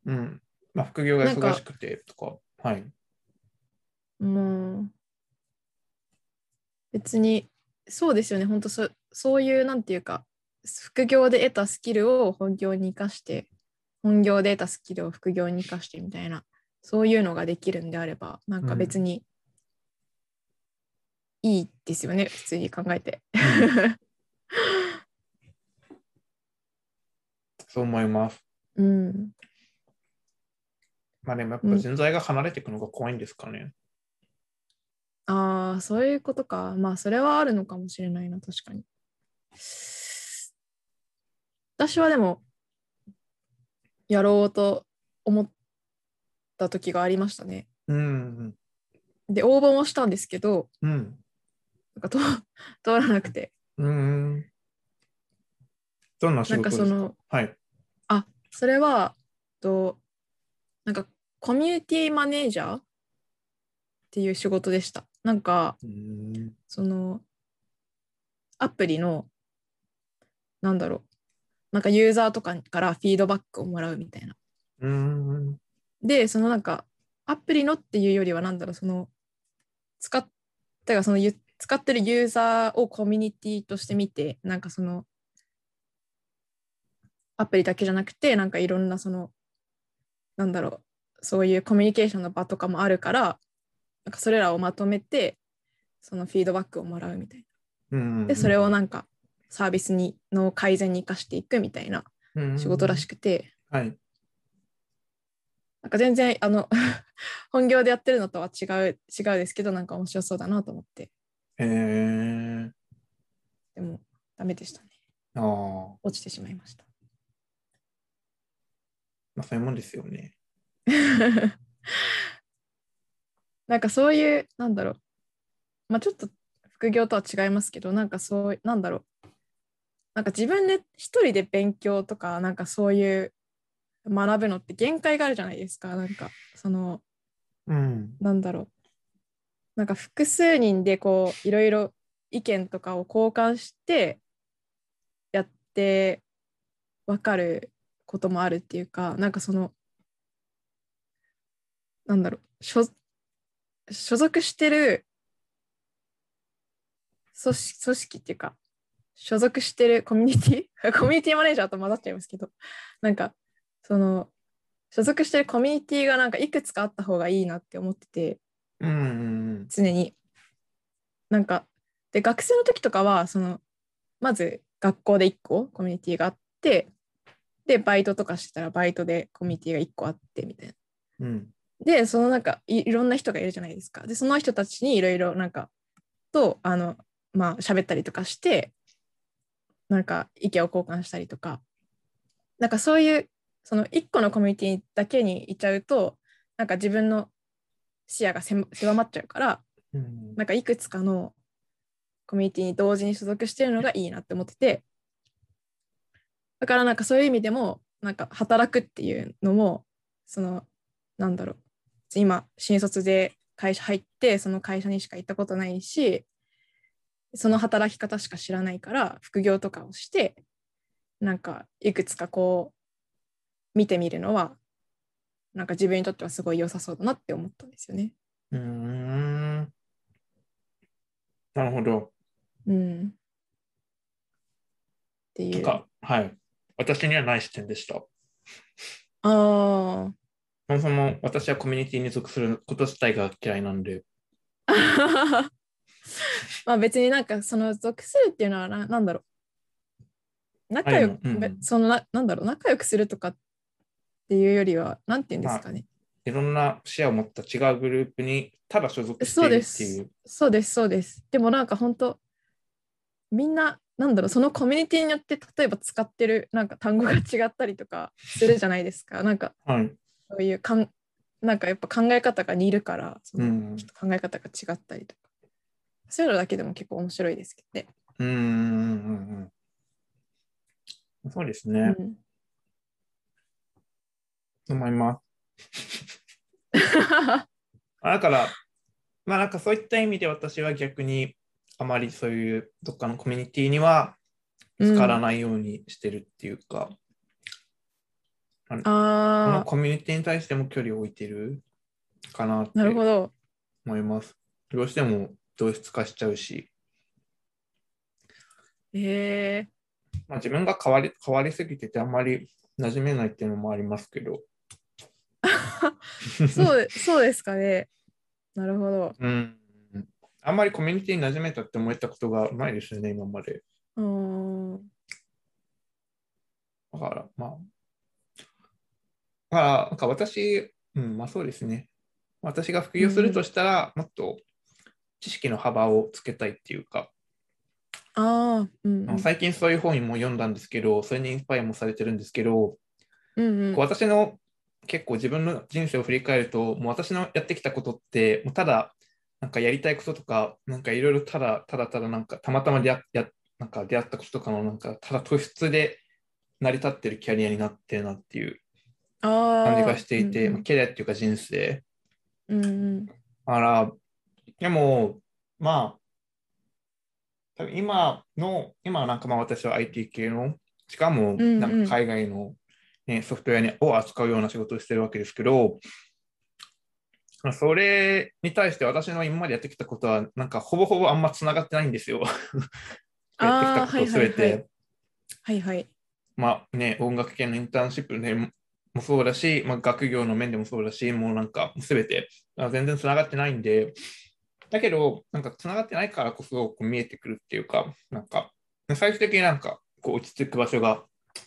S1: うん。まあ、副業が忙しくてとか。はい。
S2: もう別にそうですよね本当そそういうなんていうか副業で得たスキルを本業に生かして本業で得たスキルを副業に生かしてみたいなそういうのができるんであればなんか別にいいですよね、普通に考えて。
S1: そう思います。
S2: うん
S1: まあでもやっぱ人材が離れていくのが怖いんですかね。
S2: ああ、そういうことか。まあ、それはあるのかもしれないな、確かに。私はでも、やろうと思った時がありましたね。
S1: うん。
S2: で、応募もしたんですけど、
S1: うん。
S2: なんかと 通らなくて。
S1: うん。どんな仕事ですか
S2: なんかその
S1: はい。
S2: それは、と、なんか、コミュニティマネージャーっていう仕事でした。なんか、
S1: うん。
S2: そのアプリのなんだろうなんかユーザーとかからフィードバックをもらうみたいな。
S1: うん。
S2: でそのなんかアプリのっていうよりはなんだろうその使ってかそのゆ使ってるユーザーをコミュニティとして見てなんかそのアプリだけじゃなくてなんかいろんなそのなんだろうそういうコミュニケーションの場とかもあるからなんかそれらをまとめてそのフィードバックをもらうみたいな。
S1: うん
S2: でそれをなんかサービスにの改善に生かしていくみたいな仕事らし
S1: く。
S2: くて、
S1: はい。
S2: なんか全然あの 本業でやってるのとは違う違うですけどなんか面白そうだなと思って
S1: へえ。
S2: でもダメでしたね
S1: ああ。ま
S2: 落ちてしまいました
S1: あそういうもんですよね。
S2: なんかそういうなんだろうまあちょっと副業とは違いますけどなんかそうなんだろうなんか自分で一人で勉強とかなんかそういう学ぶのって限界があるじゃないですかなんかその
S1: うん。
S2: なんだろうなんか複数人でこういろいろ意見とかを交換してやって分かることもあるっていうかなんかそのなんだろう所所属してる組織組織っていうか所属してるコミュニティ コミュニティマネージャーと混ざっちゃいますけどなんかその所属してるコミュニティがなんかいくつかあった方がいいなって思ってて
S1: うんうん
S2: 常になんかで学生の時とかはそのまず学校で1個コミュニティがあってでバイトとかしてたらバイトでコミュニティが1個あってみたいな
S1: うん。うん。
S2: でそのなんかいいろんな人がいるじゃないですかでその人たちにいろいろなんかとあのまあ喋ったりとかしてなんか意見を交換したりとかなんかそういうその一個のコミュニティだけにいちゃうとなんか自分の視野が狭狭まっちゃうから
S1: うん
S2: なんかいくつかのコミュニティに同時に所属してるのがいいなって思っててだからなんかそういう意味でもなんか働くっていうのもそのなんだろう今新卒で会社入ってその会社にしか行ったことないしその働き方しか知らないから副業とかをしてなんかいくつかこう見てみるのはなんか自分にとってはすごい良さそうだなって思ったんですよね。
S1: うーんなるほど。
S2: うん、ってい
S1: と
S2: う。
S1: か、はい。私にはない視点でした。
S2: あ
S1: そもそも私はコミュニティに属すること自体が嫌いなんで、
S2: あ。 まあ別になんかその属するっていうのはななんだろう仲良く、
S1: あれもうん
S2: べそのななんだろう仲良くするとかっていうよりはなんて言うんですかね、
S1: いろんな視野を持った違うグループにただ所属して
S2: そう
S1: いるっ
S2: で
S1: てい
S2: す
S1: う。
S2: そうですそうですでもなんか本当みんななんだろうそのコミュニティによって例えば使ってるなんか単語が違ったりとかするじゃないですかなんか
S1: はい。
S2: そういうかんなんかやっぱ考え方が似るからその
S1: うん。
S2: 考え方が違ったりとかそういうのだけでも結構面白いですけどね。
S1: うんうんうんうん。そうですね。
S2: うん
S1: 思います。あだから、まあなんかそういった意味で私は逆にあまりそういうどっかのコミュニティには
S2: うん
S1: 浸からないようにしてるっていうか、この
S2: あ
S1: コミュニティに対しても距離を置いてるかなって
S2: あなるほど。
S1: 思います。どうしても同質化しちゃうし、
S2: へえ
S1: まあ、自分が変わり変わりすぎててあんまり馴染めないっていうのもありますけど。
S2: そうそうですかね。なるほど。
S1: うん。あんまりコミュニティに馴染めたって思ったことがないですよね、今まで。
S2: うーん
S1: だから、まあ。だから、なんか私、うん、まあそうですね。私が副業するとしたら、もっと知識の幅をつけたいっていうか、
S2: ああうん
S1: あの最近そういう本も読んだんですけど、それにインスパイアもされてるんですけど、
S2: うんうん
S1: こう私の結構自分の人生を振り返ると、もう私のやってきたことって、もうただ、なんかやりたいこととか、なんかいろいろただ、ただただなんかたまたま出会やなんか出会ったこととかの、なんかただ突出で成り立ってるキャリアになってるなっていう
S2: ああ
S1: 感じがしていて、
S2: う
S1: まあ
S2: ん
S1: キャリアっていうか人生。
S2: うんうん
S1: あら、でも、まあ、多分今の、今はなんかまあ私は IT 系の、しかも
S2: うんうん
S1: なんか海外の、ね、ソフトウェアにを扱うような仕事をしてるわけですけど、まあそれに対して私の今までやってきたことは、なんかほぼほぼあんまつながってないんですよ。 や
S2: あ
S1: っ
S2: ー
S1: てきたことすべて。
S2: はいはいはいはいはい。
S1: まあね、音楽系のインターンシップでもそうだし、まあ、学業の面でもそうだし、もうなんか全てあ全然つながってないんで、だけど、なんかつながってないからこそこう見えてくるっていうか、なんか最終的になんかこう落ち着く場所が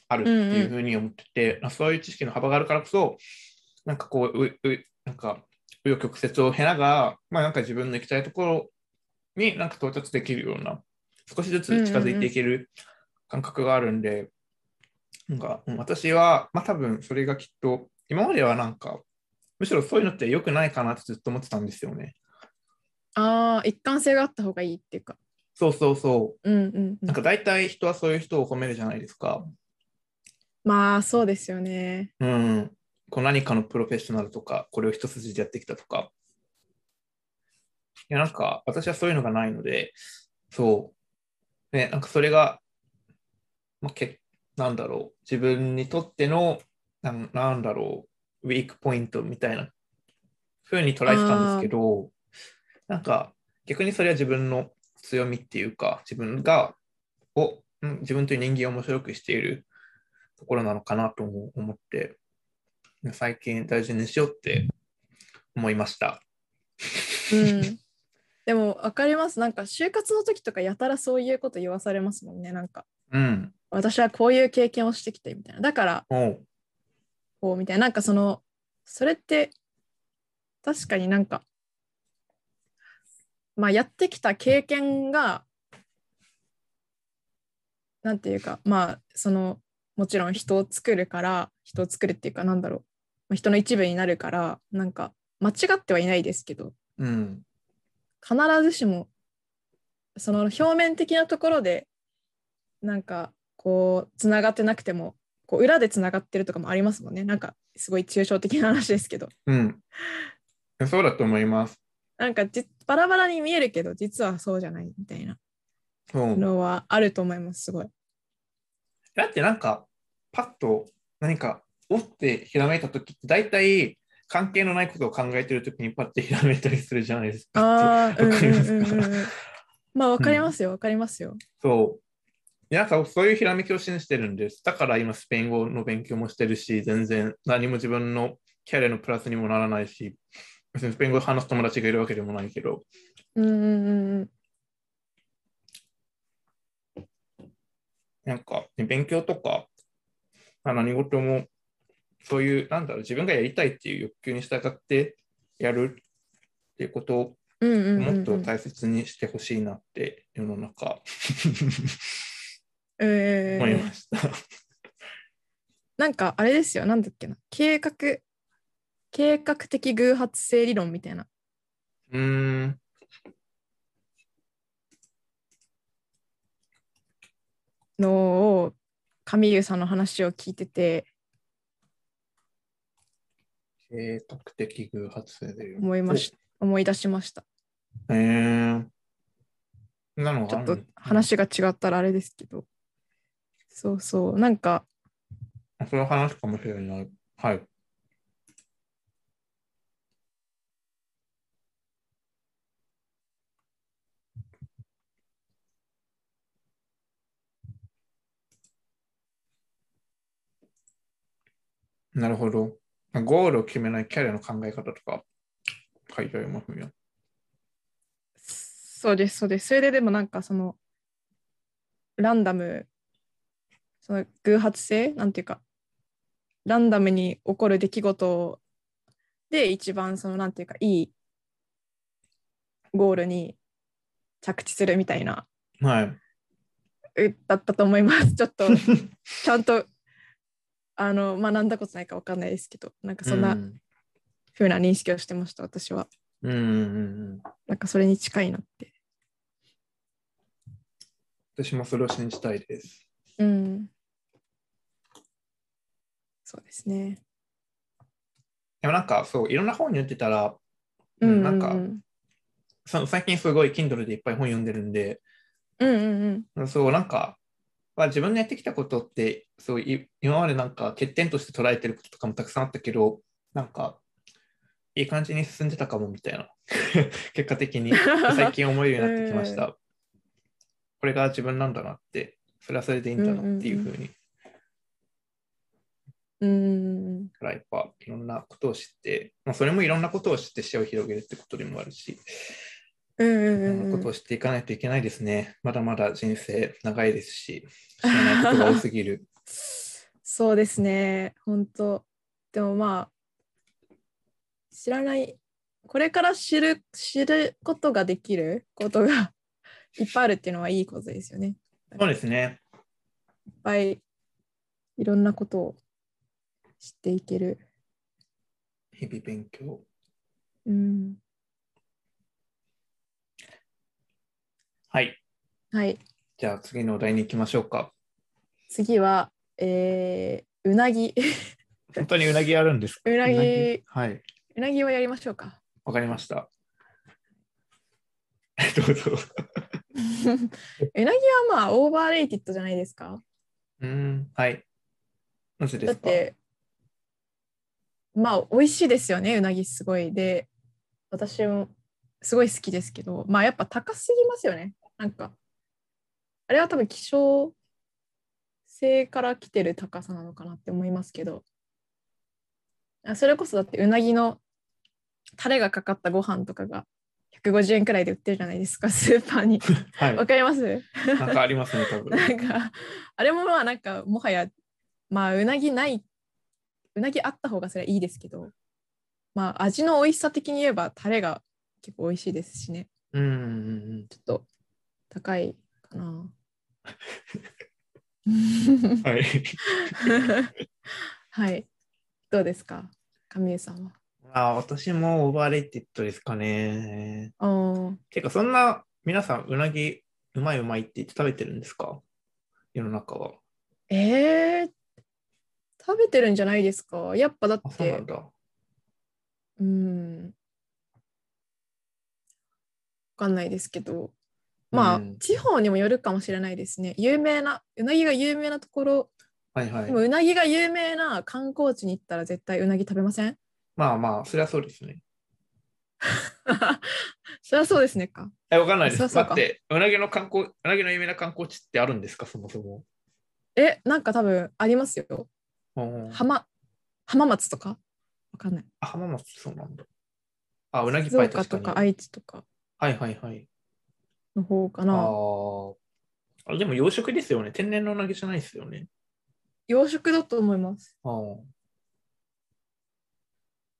S1: あるっていうふうに思ってて、まあそういう知識の幅があるからこそ、なんかこう、ううなんか紆余曲折を経ながら、まあなんか自分の行きたいところになんか到達できるような、少しずつ近づいていける感覚があるんで、なんかうん私は、まあ多分それがきっと、今まではなんか、むしろそういうのって良くないかなってずっと思ってたんですよね。
S2: ああ一貫性があった方がいいっていうか。
S1: そうそうそ
S2: うんうんう
S1: う。
S2: ん
S1: なんか大体人はそういう人を褒めるじゃないですか。
S2: まあそうですよね。
S1: うん。こう何かのプロフェッショナルとか、これを一筋でやってきたとか。いや、なんか私はそういうのがないので、そう。ね、なんかそれが、まあ、けなんだろう。自分にとっての、なんなんだろう、ウィークポイントみたいな風に捉えてたんですけど、なんか逆にそれは自分の強みっていうか、自分が、を、うん自分という人間を面白くしているところなのかなとも思って、最近大事にしようって思いました。
S2: うん、でも分かりますなんか就活の時とかやたらそういうこと言わされますもんねなんか
S1: うん。
S2: 私はこういう経験をしてきてみたいなだから
S1: おう
S2: こうみたいななんかそのそれって確かになんかまあやってきた経験がなんていうかまあそのもちろん人を作るから人を作るっていうかなんだろうまあ人の一部になるからなんか間違ってはいないですけど
S1: うん。
S2: 必ずしもその表面的なところでなんかこうつながってなくてもこう裏でつながってるとかもありますもんねなんかすごい抽象的な話ですけど
S1: うん。そうだと思います。
S2: なんかじバラバラに見えるけど実はそうじゃないみたいな
S1: そう。
S2: のはあると思いますすごい。
S1: だってなんか、パッと何か、おってひらめいたときって、大体関係のないことを考えてるときにパッてひらめいたりするじゃないですか。
S2: ああ、うん
S1: わ
S2: う
S1: か
S2: ん
S1: り
S2: う
S1: ますか
S2: んうんうん。まあわかりますよわかりますよ。
S1: そう。いやなんかそういうひらめきを信じてるんです。だから今スペイン語の勉強もしてるし、全然何も自分のキャリアのプラスにもならないし、別にスペイン語を話す友達がいるわけでもないけど、
S2: うんうんうんうん。
S1: なんか、ね、勉強とか、まあ、何事も、そういう、なんだろう、自分がやりたいっていう欲求に従ってやるっていうことを
S2: うんうんうんう
S1: もっ
S2: ん、う
S1: と
S2: ん
S1: 大切にしてほしいなって、世の中、
S2: え
S1: 思いました。
S2: なんかあれですよなんだっけな計画計画的偶発性理論みたいな
S1: うーん。
S2: のを上優さんの話を聞いてて
S1: 計画的偶発性で
S2: 思いまし思い出しました
S1: へえー。なの
S2: ち
S1: が
S2: ょ
S1: あ
S2: っ
S1: る
S2: と話が違ったらあれですけどそうそうなんか
S1: うんその話かもしれない。はい。なるほど。ゴールを決めないキャリアの考え方とか書いてありますよ。
S2: そうですそうですそれででもなんかそのランダムその偶発性なんていうかランダムに起こる出来事で一番そのなんていうかいいゴールに着地するみたいな
S1: はい。
S2: うだったと思いますちょっとちゃんとあの学んだことないか分かんないですけどなん かそん
S1: う
S2: なん風な認識をしてました、私は
S1: うんうんうん。
S2: なんかそれに近いなって
S1: 私もそれを信じたいです。
S2: うんそうですね
S1: でもなんかそう、いろんな本に読んでたら、う
S2: う
S1: ん
S2: ん
S1: なんか
S2: うん
S1: そ最近すごい Kindle でいっぱい本読んでるんで、
S2: うんうん
S1: そう、なんか、まあ、自分のやってきたことって、そうい今までなんか欠点として捉えてることとかもたくさんあったけど、なんか、いい感じに進んでたかもみたいな、 結果的に最近思え るようになってきました。これが自分なんだなって、それはそれでいいんだなっていうふうに、
S2: うんうん
S1: からやっぱいろんなことを知って、まあ、それもいろんなことを知って視野を広げるってことでもあるし、
S2: うんうん
S1: いろんな
S2: う
S1: こ
S2: ん
S1: とを
S2: うん
S1: 知っていかないといけないですね。まだまだ人生長いですし、知らないことが多すぎる。
S2: そうですね本当でもまあ知らないこれから知る知ることができることが いっぱいあるっていうのはいいことですよね
S1: そうですね。
S2: いっぱいいろんなことを知っていける
S1: 日々勉強。
S2: うん
S1: はい。
S2: はい
S1: じゃあ次のお題に行きましょうか。
S2: 次は、えー、うなぎ
S1: 本当にうなぎやるんですか
S2: うなぎ
S1: はい。
S2: うなぎをやりましょうか
S1: わかりました。 どうぞ。
S2: うなぎはまあオーバーレイティッドじゃないですか
S1: うーん。はい。なぜで
S2: だ
S1: す
S2: っ
S1: か
S2: てまあ美味しいですよねうなぎすごいで私もすごい好きですけどまあやっぱ高すぎますよねなんかあれは多分希少性から来てる高さなのかなって思いますけどあそれこそだってうなぎのタレがかかったご飯とかが150円くらいで売ってるじゃないですかスーパ ーに
S1: はい。
S2: わかります
S1: なんかありますね、多分。
S2: なんかあれもまあなんかもはやまあうなぎないうなぎあった方がそれはいいですけどまあ味の美味しさ的に言えばタレが結構美味しいですしね
S1: うんうんうん。
S2: ちょっと高いかな
S1: はい。
S2: はいどうですか神江さんは。
S1: あー私もオーバーレイテッドですかね。
S2: あー
S1: てか、そんな皆さん、うなぎうまいうまいって言って食べてるんですか世の中は。
S2: えー、食べてるんじゃないですかやっぱだっ
S1: あ、そうな
S2: て
S1: ん、だ。
S2: うん。わかんないですけど、まあ、
S1: うん
S2: 地方にもよるかもしれないですね。有名な、うなぎが有名なところ、
S1: はいは
S2: でも
S1: い。
S2: うなぎが有名な観光地に行ったら絶対うなぎ食べません
S1: まあまあ、そりゃそうですね。
S2: そりゃそうですねか。
S1: え、わかんないで
S2: そう
S1: す。
S2: そ
S1: だ
S2: うか
S1: って、うなぎの観光、うなぎの有名な観光地ってあるんですか、そもそも。
S2: え、なんか多分ありますよ。
S1: うん
S2: 浜、浜松とかわかんない。
S1: あ浜松、そうなんだ。あ、うなぎ
S2: 静
S1: パイ
S2: 岡
S1: 確か
S2: と
S1: に。
S2: か
S1: はい
S2: 愛知とか
S1: はいはい。
S2: の方か
S1: あ
S2: な。
S1: ーあ。でも養殖ですよね。天然のうなぎじゃないですよね。
S2: 洋食だと思います。
S1: あー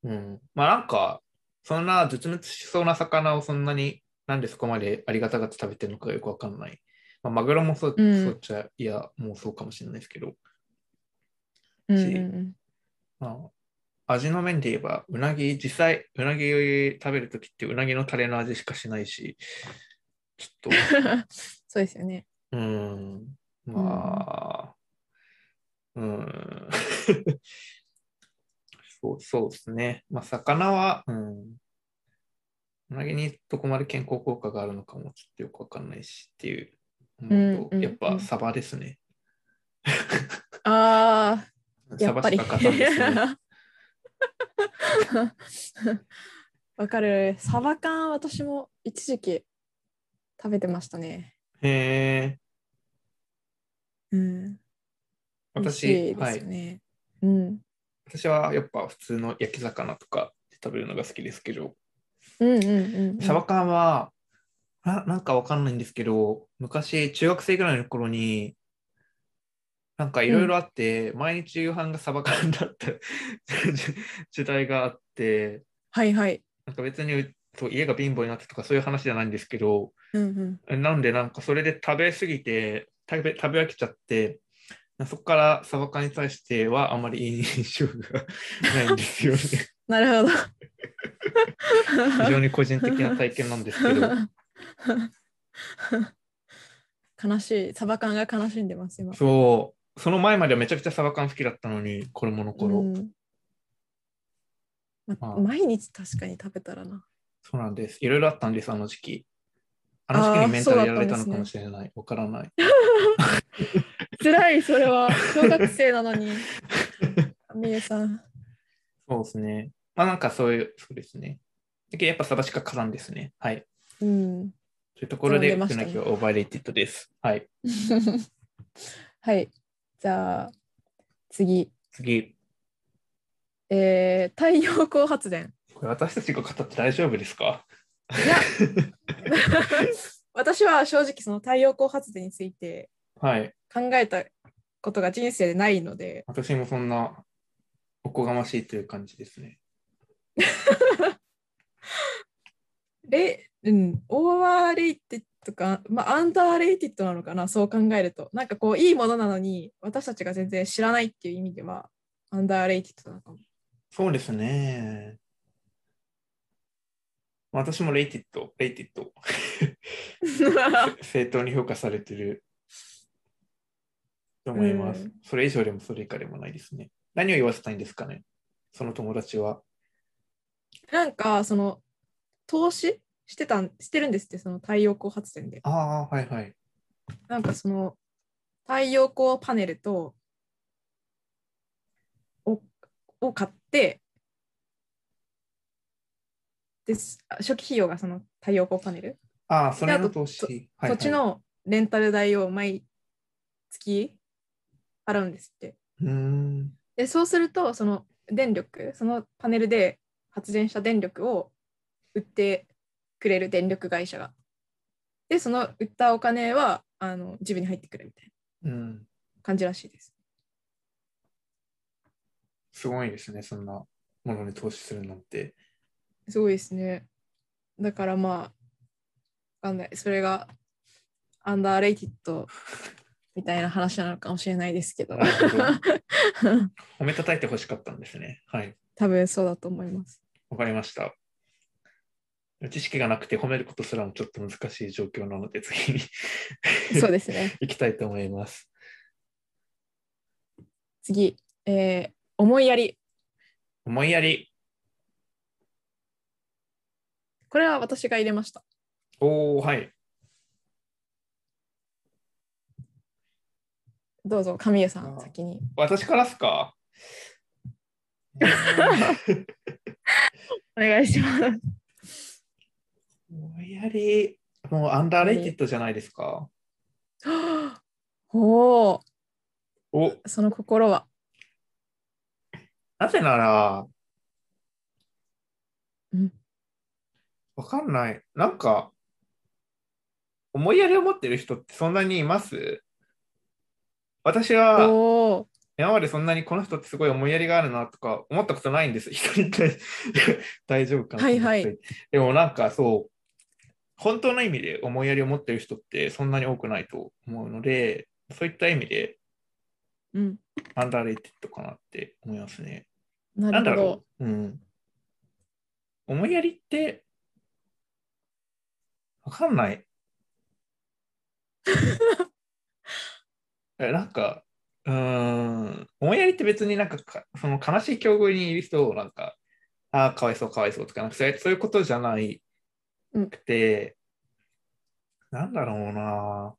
S1: うん。まあなんか、そんな絶滅しそうな魚をそんなに、なんでそこまでありがたがって食べてるのかよくわかんない。まあ、マグロもそう,、
S2: うん
S1: そうっちゃ、いや、もうそうかもしれないですけど、
S2: うんうんうん、
S1: まあ、味の面で言えば、うなぎ、実際、うなぎを食べるときって、うなぎのタレの味しかしないし、ちょっと、
S2: そうですよね。
S1: うーん、まあ、うーん、 そうそうですね。まあ、魚は、うん、うなぎにどこまで健康効果があるのかもちょっとよくわかんないしっていう思うと、
S2: うんうんうん
S1: やっぱサバですね。
S2: ああ、
S1: サ
S2: やっ
S1: バ
S2: ぱ
S1: し
S2: り。
S1: か勝たんですね。
S2: わかる。サバ缶、私も一時期食べてましたね。
S1: へえ、
S2: うん。美味し
S1: 私、
S2: いで
S1: は
S2: すよ
S1: い、
S2: ね。うん。
S1: 私はやっぱ普通の焼き魚とかで食べるのが好きですけど、
S2: うんうんうんうん。
S1: サバ缶は、ななんかわかんないんですけど、昔、中学生ぐらいの頃に、なんかいろいろあって、毎日夕飯がサバ缶だった 時時代があって、
S2: はいはい。
S1: なんか別にそう家が貧乏になったとかそういう話じゃないんですけど、
S2: うんうん。
S1: なんでなんかそれで食べ過ぎて、食べ食べ飽きちゃって、そこからサバ缶に対してはあまりいい印象がないんですよ ね。
S2: なるほど。
S1: 非常に個人的な体験なんですけど。
S2: 悲しい。サバ缶が悲しんでます、今。
S1: そう、その前まではめちゃくちゃサバ缶好きだったのに、子供の頃。
S2: うんま
S1: まあ
S2: 毎日確かに食べたらな。
S1: そうなんです。いろいろあったんです、あの時期。あの時期にメンタルやられたのかもしれない。わ、からない。
S2: 辛い、それは。小学生なのに。みゆさん。
S1: そうですね。まあなんかそういう、そうですね。だけどやっぱサバしか勝たんですね。はい。
S2: うん。
S1: というところで、
S2: 出
S1: う
S2: ました
S1: な
S2: ね
S1: ぎはオーバーレイティッドです。はい。
S2: はい。じゃあ、次。
S1: 次。
S2: えー、太陽光発電。
S1: これ私たちが語って大丈夫ですか
S2: いや、私は正直その太陽光発電について
S1: はい。
S2: 考えたことが人生でないので、
S1: 私もそんなおこがましいという感じですね。
S2: レうん、オーバーレイテッドか、まあ、アンダーレイテッドなのかな、そう考えると。なんかこう、いいものなのに、私たちが全然知らないっていう意味では、アンダーレイテッドなのかも。
S1: そうですね。私もレイティッド、レイティッド。 正当に評価されてると思います、
S2: うん
S1: それ以上でもそれ以下でもないですね。何を言わせたいんですかねその友達は。
S2: なんか、その、投資してたん、してるんですって、その太陽光発電で。
S1: ああ、はいはい。
S2: なんかその太陽光パネルとをを買ってです初期費用がその太陽光パネル、
S1: ああ、それの投資。
S2: そ
S1: はいはい、
S2: そっちのレンタル代を毎月払うんですって
S1: うーん。
S2: でそうするとその電力そのパネルで発電した電力を売ってくれる電力会社がでその売ったお金はあの自分に入ってくるみたいな。
S1: うん。
S2: 感じらしいです。
S1: すごいですね、そんなものに投資するなん て。
S2: すごいですね。だからまあ、わかんない。それがアンダーレイティッドみたいな話なのかもしれないですけど
S1: な。るほど
S2: は
S1: 褒めたたいてほしかったんですね。はい。
S2: 多分そうだと思います。
S1: わかりました。知識がなくて褒めることすらもちょっと難しい状況なので、次に
S2: そうですね。
S1: 行きたいと思います。
S2: 次、えー思いやり。
S1: 思いやり。
S2: これは私が入れました。
S1: おー、はい。
S2: どうぞ、神谷さ
S1: あ
S2: ん、
S1: ー
S2: 先に。
S1: 私からっすか
S2: お願いします。
S1: 思いやり、もうアンダーレイテッドじゃないですか。
S2: おお、
S1: お、
S2: その心は。
S1: なぜなら
S2: うん、
S1: わかんない。なんか、思いやりを持ってる人ってそんなにいます私は
S2: おお、
S1: 今までそんなにこの人ってすごい思いやりがあるなとか思ったことないんです。人に対して 大丈夫かな
S2: はいはい
S1: と思ってでもなんかそう、本当の意味で思いやりを持ってる人ってそんなに多くないと思うので、そういった意味で
S2: うん、
S1: アンダーレイテッドかなって思いますね。
S2: な
S1: なんだ
S2: るほど
S1: ろ。う、うん、思いやりって、わかん ない。えなんか、うーん、思いやりって別になんかか、その悲しい境遇にいる人をなんか、ああ、かわいそう、かわいそうとか、なんかそういうそういうことじゃない
S2: うん
S1: くて、なんだろうな。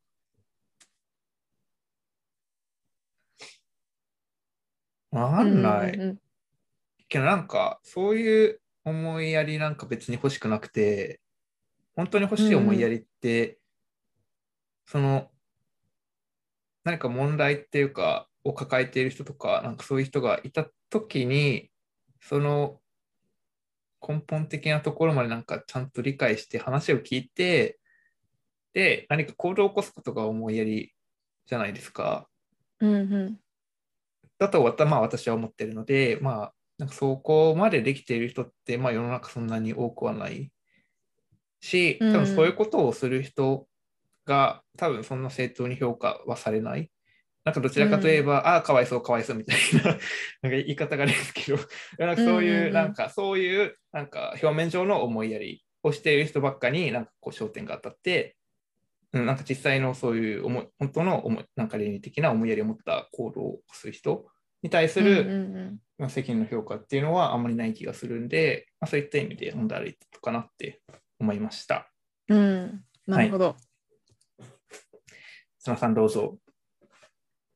S1: わかんない。
S2: うんうんうん
S1: けどなんかそういう思いやりなんか別に欲しくなくて本当に欲しい思いやりって、その何か問題っていうかを抱えている人とかなんかそういう人がいた時にその根本的なところまでなんかちゃんと理解して話を聞いてで何か行動を起こすことが思いやりじゃないですか。
S2: うんうん
S1: だとわた、まあ、私は思ってるので、まあ、なんかそこまでできている人って、まあ、世の中そんなに多くはないし、多
S2: うん
S1: 分そういうことをする人が、多分そんな正当に評価はされない。なんかどちらかといえば、ああ、かわいそう、かわいそうみたいな なんか言い方があれですけど、なんかそういう、
S2: うんうんうん
S1: なんかそういう、なんか表面上の思いやりをしている人ばっかに、なんかこう焦点が当たって、うん、なんか実際のそういう思い本当の思いなんか倫理的な思いやりを持った行動をする人に対す
S2: うん
S1: る、
S2: うんうん
S1: まあ責任の評価っていうのはあんまりない気がするんで、まあ、そういった意味で問題あるかなって思いました。
S2: うん、なるほど。
S1: 砂さんどうぞ。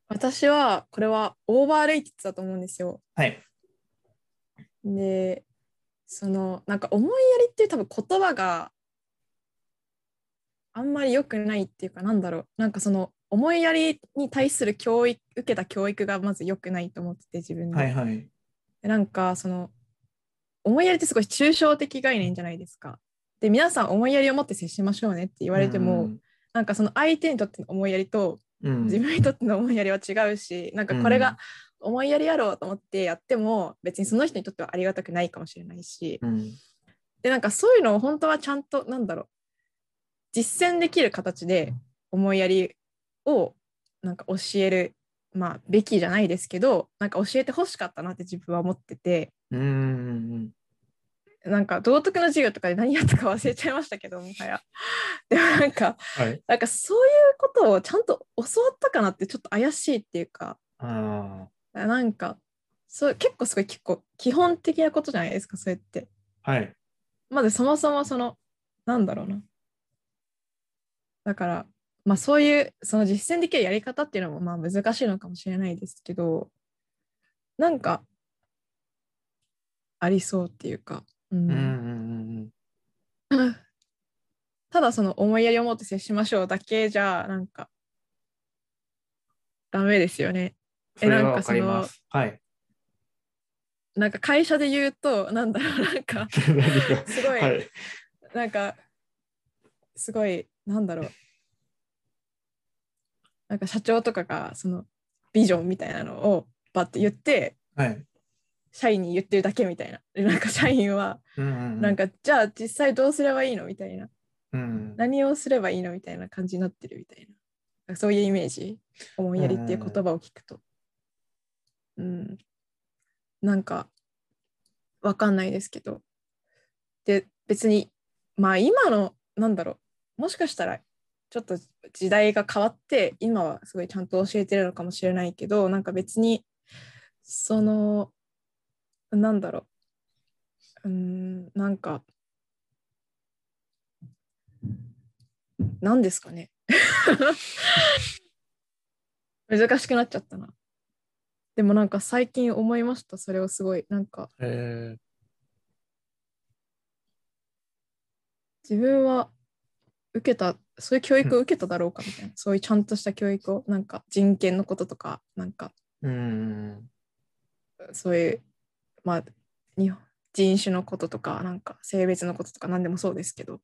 S2: 私はこれはオーバーレイティッドだと思うんですよ。
S1: はい。
S2: で、そのなんか思いやりっていう多分言葉があんまり良くないっていうかなんだろうなんかその思いやりに対する教育受けた教育がまず良くないと思ってて自分で、
S1: はいはい。
S2: でなんかその思いやりってすごい抽象的概念じゃないですか。で皆さん思いやりを持って接しましょうねって言われても、なんかその相手にとっての思いやりと
S1: うん、うん、
S2: 自分にとっての思いやりは違うしなんかこれが思いやりやろうと思ってやっても別にその人にとってはありがたくないかもしれないし
S1: うん、
S2: でなんかそういうのを本当はちゃんとなんだろう実践できる形で思いやりをなんか教える、まあ、べきじゃないですけどなんか教えてほしかったなって自分は思ってて
S1: うん、うん、
S2: なんか道徳の授業とかで何やったか忘れちゃいまし たけどもはや。でもなんか
S1: はい。
S2: なんかそういうことをちゃんと教わったかなってちょっと怪しいっていうか
S1: あ
S2: なんかそう結構すごい結構基本的なことじゃないですかそれって。
S1: あ、はい。
S2: まずそもそもそのなんだろうな。だからまあそういうその実践できるやり方っていうのもまあ難しいのかもしれないですけどなんかありそうっていうか、うん
S1: うん、うん、
S2: ただその思いやりを持って接しましょうだけじゃなんかダメですよね。
S1: うん。それ
S2: な
S1: は
S2: んか
S1: わ
S2: そ
S1: か
S2: の
S1: ります。はい。
S2: なんか会社で言うとなんだろうなんか
S1: 何が
S2: すごい
S1: はい。
S2: なんかすごいなんだろうなんか社長とかがそのビジョンみたいなのをバッて言って
S1: はい。
S2: 社員に言ってるだけみたいなでなんか社員は
S1: うん、うん。
S2: なん、かじゃあ実際どうすればいいのみたいな
S1: うん。
S2: 何をすればいいのみたいな感じになってるみたいななんかそういうイメージ思いやりっていう言葉を聞くとうんなんかわかんないですけど。で別にまあ今のなんだろうもしかしたらちょっと時代が変わって今はすごいちゃんと教えてるのかもしれないけどなんか別にそのなんだろううーんなんかなんですかね難しくなっちゃったなでもなんか最近思いましたそれをすごいなんか
S1: え
S2: 自分は受けたそういう教育を受けただろうかみたいな、そういうちゃんとした教育をなんか人権のこととかなんか
S1: ー、うん。
S2: そういうまあ日本人種のこととかなんか性別のこととか何でもそうですけど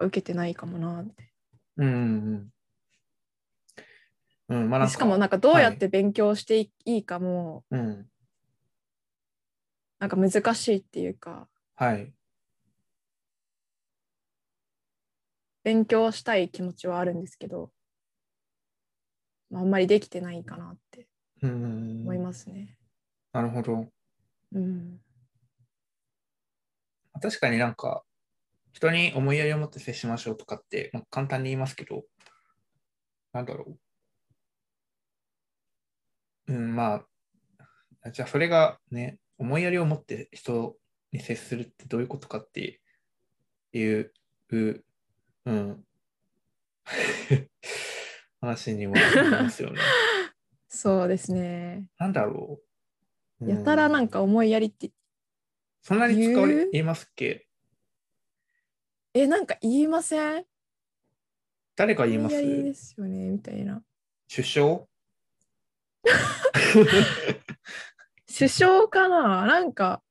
S2: 受けてないかもなって
S1: うんうんうん。うん、まあなんか、
S2: しかもなんかどうやって勉強していいいかも
S1: うん、
S2: なんか難しいっていうか
S1: はい。
S2: 勉強したい気持ちはあるんですけど、まあ、あんまりできてないかなって
S1: うんうん
S2: 思
S1: う
S2: い
S1: ん、
S2: ますね。
S1: なるほど。
S2: うん、
S1: 確かになんか、人に思いやりを持って接しましょうとかって、まあ、簡単に言いますけど、なんだろう。うん、まあ、じゃあそれがね、思いやりを持って人に接するってどういうことかっていう、うん、 話にもなりますよね。
S2: そうですね。
S1: なんだろう。
S2: やたらなんんか思いやりって、
S1: そんなに使わ
S2: 言
S1: れ
S2: う
S1: 言いますっけ
S2: え、なんか言いません
S1: 誰か言いま
S2: 思
S1: す
S2: いやりですよねみたいな。
S1: 首 相
S2: 首相かななんか。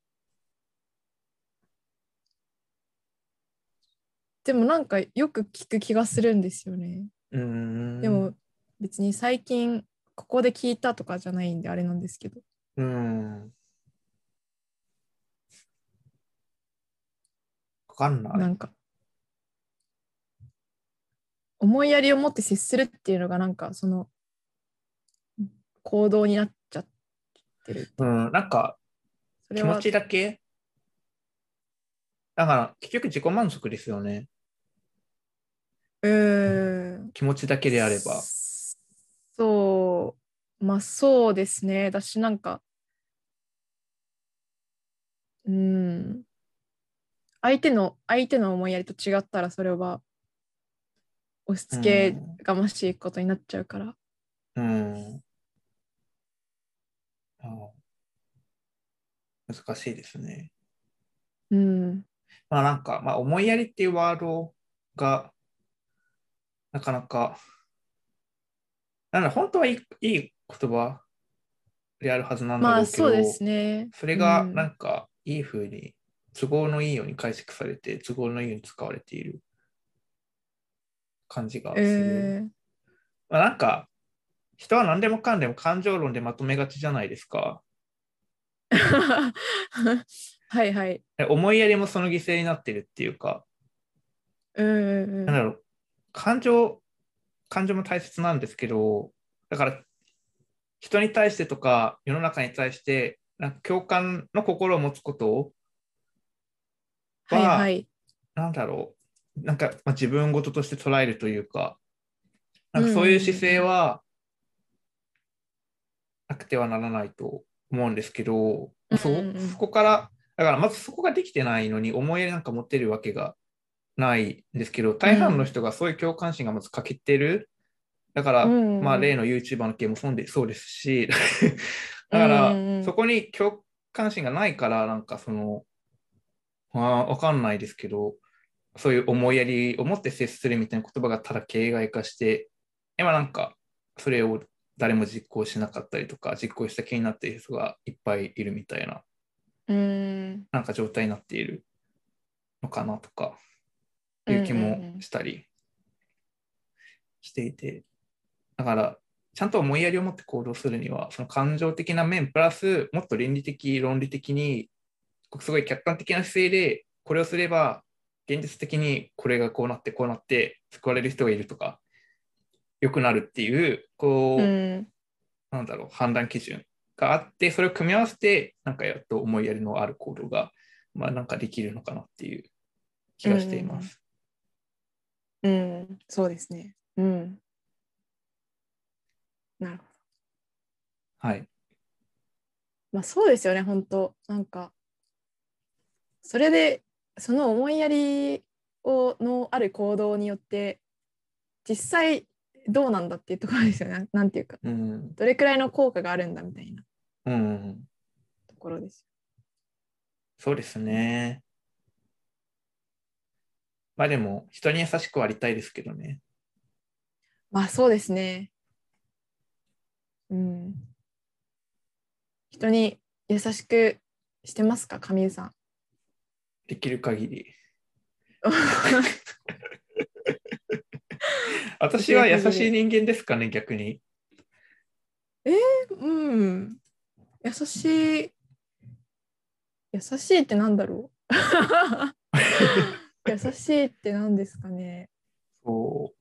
S2: でもなんかよく聞く気がするんですよね。
S1: うーん
S2: でも別に最近ここで聞いたとかじゃないんであれなんですけど。
S1: うーん。わかんない。
S2: なんか思いやりを持って接するっていうのがなんかその行動になっちゃってる。
S1: うん、なんか
S2: それ
S1: 気持
S2: は
S1: ちだけだから結局自己満足ですよね。
S2: うーん
S1: 気持ちだけであれば。
S2: そうまあそうですねだしなんかうん相手の相手の思いやりと違ったらそれは押し付けがましいことになっちゃうから、
S1: うん。あー難しいですね。
S2: うん、
S1: まあなんか、まあ、思いやりっていうワードが、なかなか、なんだ、本当はいいいい言葉であるはずなんだろ
S2: まあ
S1: うけ
S2: そ
S1: ど、
S2: うですね
S1: それが
S2: うん
S1: なんか、いい風に、都合のいいように解釈されて、都合のいいように使われている感じがする。
S2: えー
S1: まあ、なんか、人は何でもかんでも感情論でまとめがちじゃないですか。
S2: はいはい。
S1: で思いやりもその犠牲になってるっていうか、
S2: うんうんう
S1: なん
S2: ん。
S1: だろう、感情、感情も大切なんですけど、だから、人に対してとか、世の中に対して、なんか共感の心を持つことを、
S2: はいはい。
S1: なんだろう、なんか、まあ、自分事として捉えるというか、なんかそういう姿勢はなくてはならないと思うんですけど、そ
S2: うんうんうん
S1: そこから、だからまずそこができてないのに思いやりなんか持ってるわけがないんですけど、大半の人がそういう共感心がまず欠けてる。だから、
S2: うんうん
S1: まあ例の YouTuber の件もそうでそうです し、だから、
S2: うんうんうん
S1: そこに共感心がないから、なんかその、まあ、わかんないですけど、そういう思いやりを持って接するみたいな言葉がただ形骸化して、今なんか、それを誰も実行しなかったりとか、実行した気になっている人がいっぱいいるみたいな、
S2: うん。
S1: なんか状態になっているのかなとか、いう気
S2: うんうんう
S1: も
S2: ん
S1: したりしていて、だから、ちゃんと思いやりを持って行動するには、その感情的な面プラス、もっと倫理的、論理的に、すごい客観的な姿勢で、これをすれば、現実的にこれがこうなって、こうなって、救われる人がいるとか、良くなるっていう、こう、
S2: うん
S1: なんだろう、判断基準があって、それを組み合わせて、なんかやっと思いやりのある行動が、まあなんかできるのかなっていう気がしています。
S2: うん、そうですね。うん。なるほど。
S1: はい。
S2: まあそうですよね、本当なんか、それで、その思いやりをのある行動によって、実際どうなんだっていうところですよね。なんていうか、
S1: うん。
S2: どれくらいの効果があるんだみたいな
S1: うん。
S2: ところです。
S1: そうですね。まあでも、人に優しくはありたいですけどね。
S2: まあそうですね。うん。人に優しくしてますか、神湯さん。
S1: できる限り。私は優しい人間ですかね、逆に。
S2: うん。優しい。優しいってなんだろう 優しいって何ですかね。
S1: そ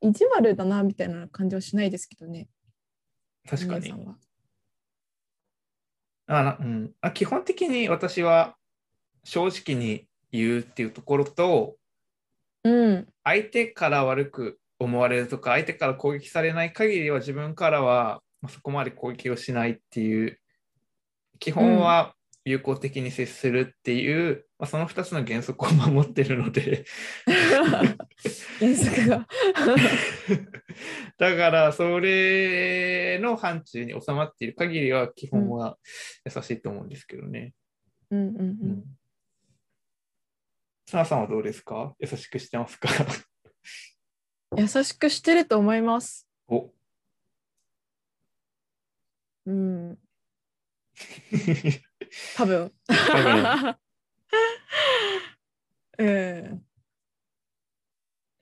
S2: 意地悪だなみたいな感じはしないですけどね。
S1: う、確か
S2: 皆
S1: に
S2: さ。んは
S1: あなうん、あ基本的に私は正直に言うっていうところと、
S2: うん。
S1: 相手から悪く思われるとか、相手から攻撃されない限りは自分からはまあそこまで攻撃をしないっていう、基本は友好的に接するっていう、まあ、その2つの原則を守ってるので、
S2: 原則が。
S1: だからそれの範疇に収まっている限りは基本は優しいと思うんですけどね。
S2: うんうんう。
S1: うんんサナさんはどうですか優しくしてますか
S2: 優しくしてると思います。
S1: お
S2: うん。多分。 うん。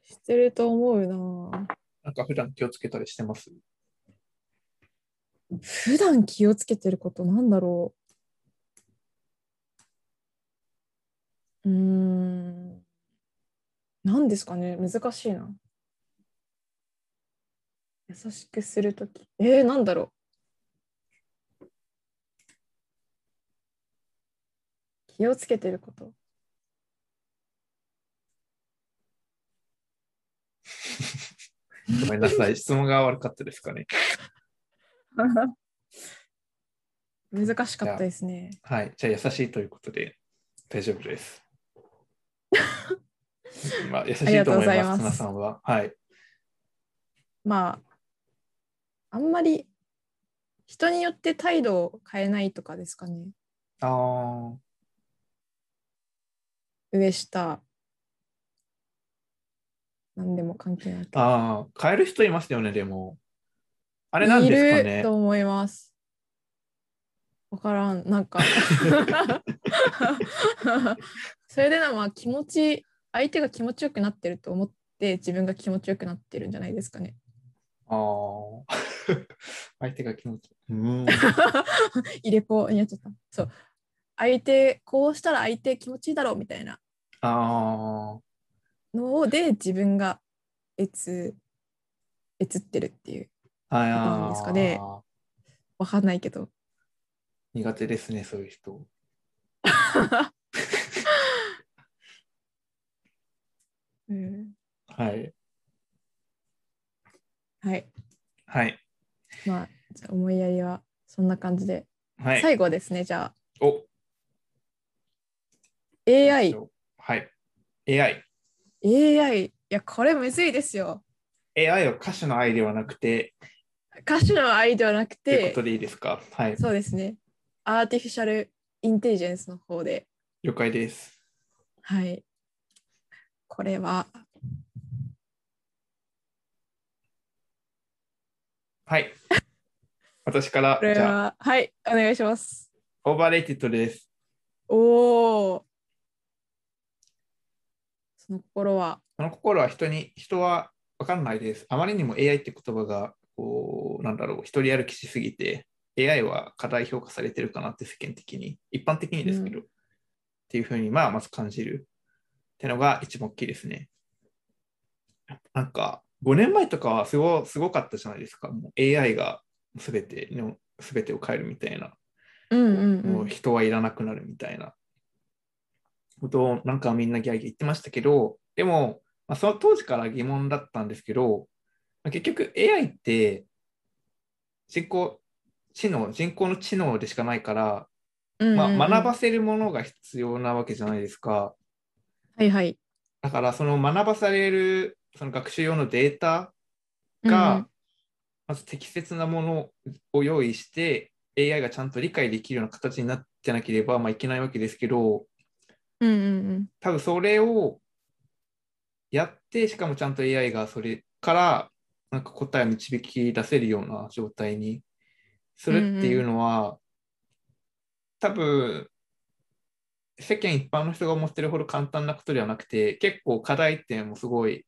S2: してると思うな。
S1: なんか普段気をつけたりしてます
S2: 普段気をつけてることなんだろううーん何ですかね難しいな優しくするときえー、何だろう気をつけてること
S1: ごめんなさい、質問が悪かったですかね。
S2: 難しかったですね
S1: はい、じゃあ優しいということで大丈夫です。 まあ、優しいと思い
S2: ありがとうござい
S1: ま、
S2: ますす
S1: サナさんは。はい。
S2: まああんまり人によって態度を変えないとかですかね
S1: ああ、
S2: 上下何でも関係ない
S1: ああ、変える人いますよね、でも。あれなんですか
S2: いる
S1: ね。
S2: と思いますわからんな んかそれでなまあ気持ち相手が気持ちよくなってると思って自分が気持ちよくなってるんじゃないですかね
S1: ああ。 相手が気持ちいい。うーん。
S2: 入れ子になっちゃったそう相手こうしたら相手気持ちいいだろうみたいな
S1: ああ。
S2: ので自分がえつえつってるっていう
S1: はい、
S2: なんですかね
S1: あー
S2: わかんないけど
S1: 苦手ですね、そういう人。
S2: うん
S1: はい。
S2: はい。
S1: はい。
S2: まあ、じゃあ思いやりはそんな感じで。
S1: はい。
S2: 最後ですね、じゃあ
S1: お、
S2: AI。
S1: はい。AI。
S2: AI。いや、これむずいですよ。
S1: AI は歌手の愛ではなくて、
S2: 歌手の愛ではなく
S1: という
S2: て
S1: こと、でいいですかはい。
S2: そうですね。アーティフィシャルインテリジェンスの方で。
S1: 了解です。
S2: はい。これは、
S1: はい。私から
S2: こ、れ
S1: じゃあ、
S2: は、はい、お願いします。
S1: オーバーレイティッドです。
S2: おー。その心は、
S1: その心は人に、人は分かんないです。あまりにも AI って言葉が、こう、なんだろう、一人歩きしすぎて、AI は過大評価されてるかなって世間的に、一般的にですけど、っていうふうに、まあ、まず感じるってのが一番大きいですね。なんか、5年前とかはすごすごかったじゃないですか。もう AI が全ての全てを変えるみたいな、
S2: うんうん
S1: もう人はいらなくなるみたいなことをなんかみんなギャーギャー言ってましたけどでも、まあ、その当時から疑問だったんですけどまあ結局 AI って人工知能人工の知能でしかないから、
S2: うん。
S1: まあ、学ば
S2: す。
S1: せるものが必要なわけじゃないですか。
S2: はいはい。
S1: だからその学ばされるその学習用のデータ
S2: うんうん
S1: が、まず適切なものを用意して、AI がちゃんと理解できるような形になってなければ、まあ、いけないわけですけど、
S2: うんうん
S1: 多分それをやって、しかもちゃんと AI がそれからなんか答えを導き出せるような状態にするっていうのは、多分世間一般の人が思ってるほど簡単なことではなくて、結構課題点もすごい、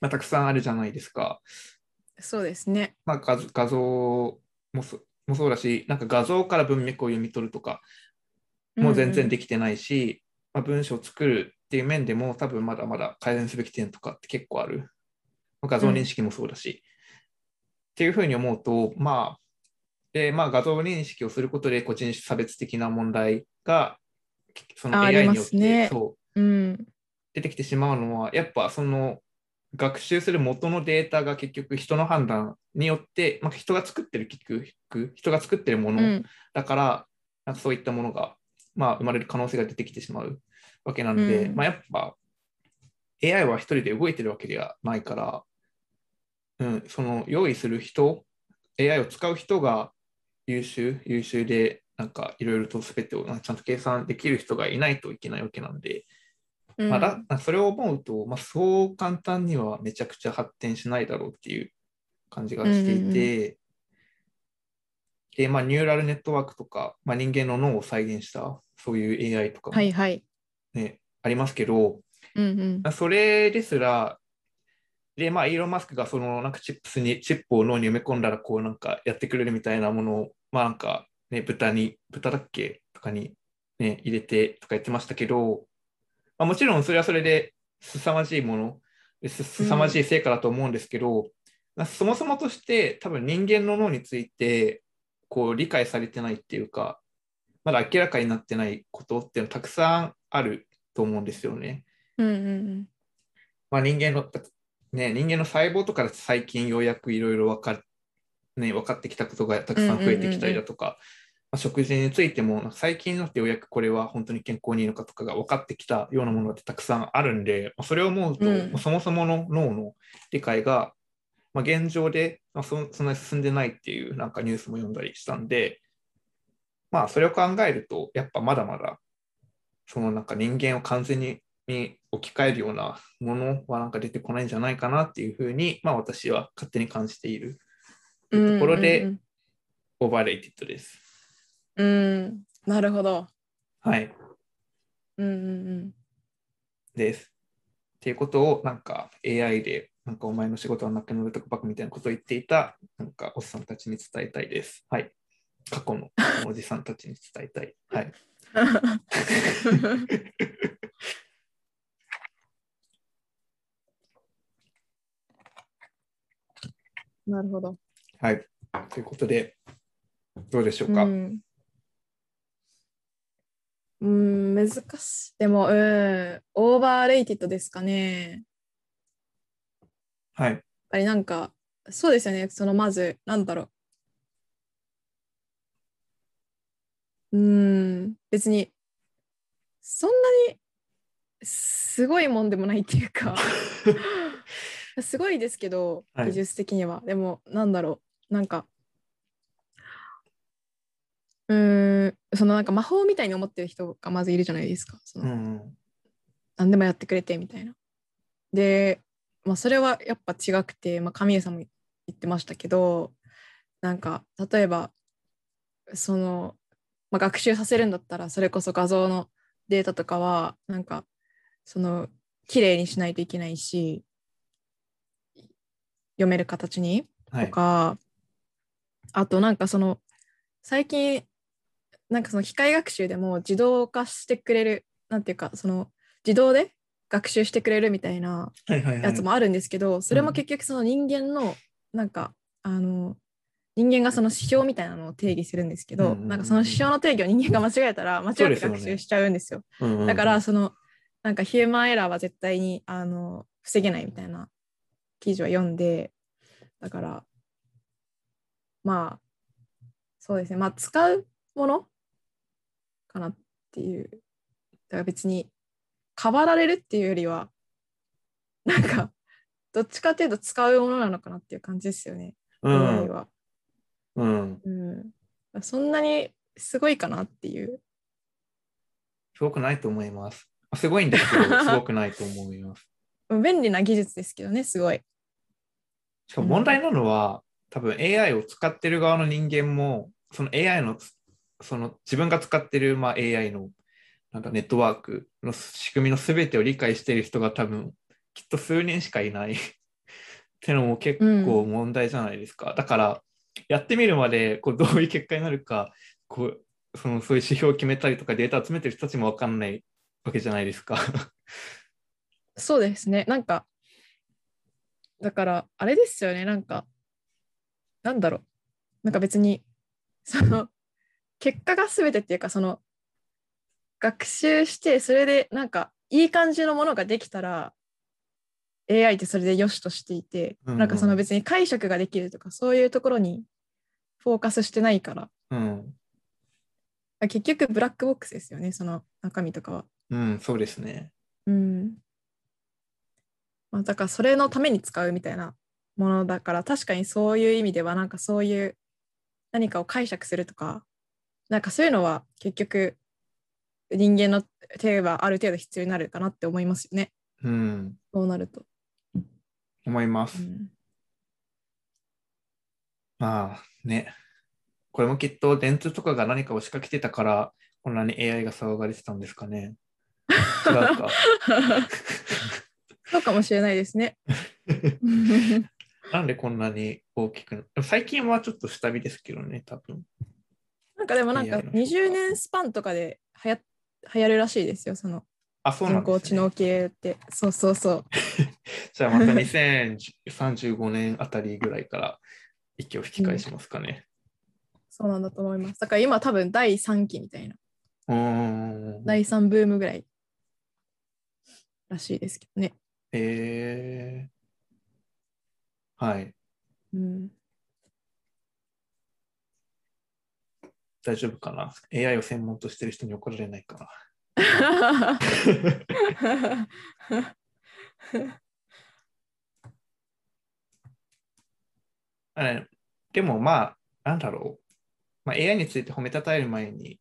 S1: まあ、たくさんあるじゃないですか。
S2: そうですね。
S1: まあ、画像画像もそもそうだし、なんか画像から文脈を読み取るとかもう全然できてないし、まあ、文章を作るっていう面でも多分まだまだ改善すべき点とかって結構ある。まあ画像認識もそうだし。っていうふうに思うと、まあ、でまあ、画像認識をすることで個人種差別的な問題がその
S2: あ
S1: AI によ
S2: ありま
S1: っ
S2: す
S1: て、
S2: ね
S1: そう
S2: うんうん。
S1: 出てきてしまうのはやっぱその学習する元のデータが結局人の判断によって、まあ、人が作ってる結局人が作ってるも
S2: う
S1: の、
S2: ん
S1: だから、なんかそういったものが、まあ、生まれる可能性が出てきてしまうわけなんで、
S2: うん
S1: まあ、やっぱ AI は一人で動いてるわけではないから、うん、その用意する人、AI を使う人が優秀、優秀で、なんかいろいろと全てをなんかちゃんと計算できる人がいないといけないわけなんで、
S2: うん。
S1: まあだなんかそれを思うと、まあ、そう簡単にはめちゃくちゃ発展しないだろうっていう感じがしていて、
S2: うんうんうん
S1: で、まあ、ニューラルネットワークとか、まあ、人間の脳を再現したそういう AI とかも、
S2: はいはい。
S1: ねありますけど、
S2: うんうん
S1: ま。あそれですら、で、まあ、イーロン・マスクがそのなんかチップスに、チップを脳に埋め込んだら、こうなんかやってくれるみたいなものを、まあなんかね、豚に、豚だっけとかにね、入れてとか言ってましたけど、まあ、もちろんそれはそれで凄まじいもの、です凄まじい成果だと思うんですけど、まあそもそもとして多分人間の脳について、こう理解されてないっていうか、まだ明らかになってないことっていうのはたくさんあると思うんですよね。
S2: うんうん
S1: まあ、人間の、だってね、人間の細胞とかだと最近ようやくいろいろ分か,、ね、分かってきたことがたくさん増えてきたりだとか、まあ食事についてもなんか最近になってようやくこれは本当に健康にいいのかとかが分かってきたようなものってたくさんあるんで、まあそれを思うと、
S2: うん
S1: まあそもそもの脳の理解が、まあ、現状で、まあ、そそんなに進んでないっていうなんかニュースも読んだりしたんで、まあ、それを考えるとやっぱまだまだそのなんか人間を完全にに置き換えるようなものはなんか出てこないんじゃないかなっていうふうに、まあ、私は勝手に感じていると
S2: うん。
S1: いうところ
S2: うんう
S1: で
S2: ん
S1: オーバーレイティッドです。
S2: うん。うんなるほど。
S1: はい、
S2: うんうんうん。
S1: です。っていうことをなんか AI でなんかお前の仕事はなくなるとかバカみたいなことを言っていたなんかおっさんたちに伝えたいです。はい。過去のおじさんたちに伝えたい。はい。
S2: なるほど。
S1: はい。ということで、どうでしょう
S2: う
S1: か。
S2: ん、うん、難しい。でも、うん、オーバーレイティッドですかね。や
S1: は
S2: っ
S1: い。
S2: ぱりなんか、そうですよね。そのまず、なんだろう。うん、別に、そんなにすごいもんでもないっていうか。すごいですけど、
S1: はい
S2: 技術的には。でも、なんだろう、なんか、うーん、そのなんか魔法みたいに思ってる人がまずいるじゃないですか。その
S1: うん。
S2: 何でもやってくれてみたいな。で、まあ、それはやっぱ違くて、まあ、神谷さんも言ってましたけどなんか例えばその、まあ、学習させるんだったらそれこそ画像のデータとかはなんかその綺麗にしないといけないし読める形に
S1: は
S2: と
S1: い。
S2: か、あとなんかその最近なんかその機械学習でも自動化してくれるなんていうかその自動で学習してくれるみたいな
S1: はいはいはい。
S2: やつもあるんですけど、それ
S1: う
S2: も
S1: ん
S2: 結局その人間のなんか、あの人間がその指標みたいなのを定義するんですけ
S1: うん
S2: ど、
S1: うんうん
S2: なんかその指標の定義を人間が間違えたら間違って学習しちゃうんですよ。
S1: うんうん
S2: だから、そのなんかヒューマンエラーは絶対にあの防げないみたいな記事は読んでだからまあそうですねまあ使うものかなっていうだから別に変わられるっていうよりはなんかどっちかっていうと使うものなのかなっていう感じですよね、
S1: う
S2: 思い
S1: ん、
S2: は、
S1: うん。
S2: うん、そんなにすごいかなっていう
S1: すごくないと思います。すごいんですけど、すごくないと思います。
S2: 便利な技術ですけどねすごい。
S1: しかも問題なのは、多分 AI を使ってる側の人間も、その AI の、その自分が使ってるまあ AI のなんかネットワークの仕組みの全てを理解している人が多分、きっと数人しかいないってのも結構問題じゃないですか。だから、やってみるまでこうどういう結果になるか、こうそのそういう指標を決めたりとかデータ集めてる人たちも分かんないわけじゃないですか。
S2: そうですね。なんか、だから、あれですよね。なんか、なんだろう。なんか別に、その、結果が全てっていうか、その、学習して、それで、なんか、いい感じのものができたら、AI ってそれで良しとしていて、
S1: うんうん
S2: なんかその別に解釈ができるとか、そういうところにフォーカスしてないから、
S1: うん、
S2: 結局ブラックボックスですよね、その中身とかは。
S1: うん、そうですね。
S2: うん。まあ、だからそれのために使うみたいなものだから確かにそういう意味ではなんかそういう何かを解釈するとかなんかそういうのは結局人間の手はある程度必要になるかなって思いますよね
S1: うん、
S2: そうなると。
S1: 思います
S2: う。ん
S1: まあね、これもきっと電通とかが何かを仕掛けてたから、こんなに AI が騒がれてたんですかね。違う か。
S2: そうかもしれないですね。
S1: なんでこんなに大きくな最近はちょっと下火ですけどね、多分。
S2: なんかでもなんか
S1: AI の評価
S2: 20年スパンとかで流行流行るらしいですよその
S1: あ、そうな
S2: 人
S1: ん
S2: 工
S1: です、
S2: 知
S1: ね
S2: 能。系ってそうそうそう
S1: じゃあまた2035年あたりぐらいから息を引き返しますかね。
S2: そうなんだと思いますだから今多分第3期みたいな
S1: うーん。
S2: 第3ブームぐらいらしいですけどね。
S1: えー、はい。
S2: うん、
S1: 大丈夫かな ?AI を専門としてる人に怒られないかな。はいでもまあ、なんだろう。まあ、AI について褒めたたえる前に、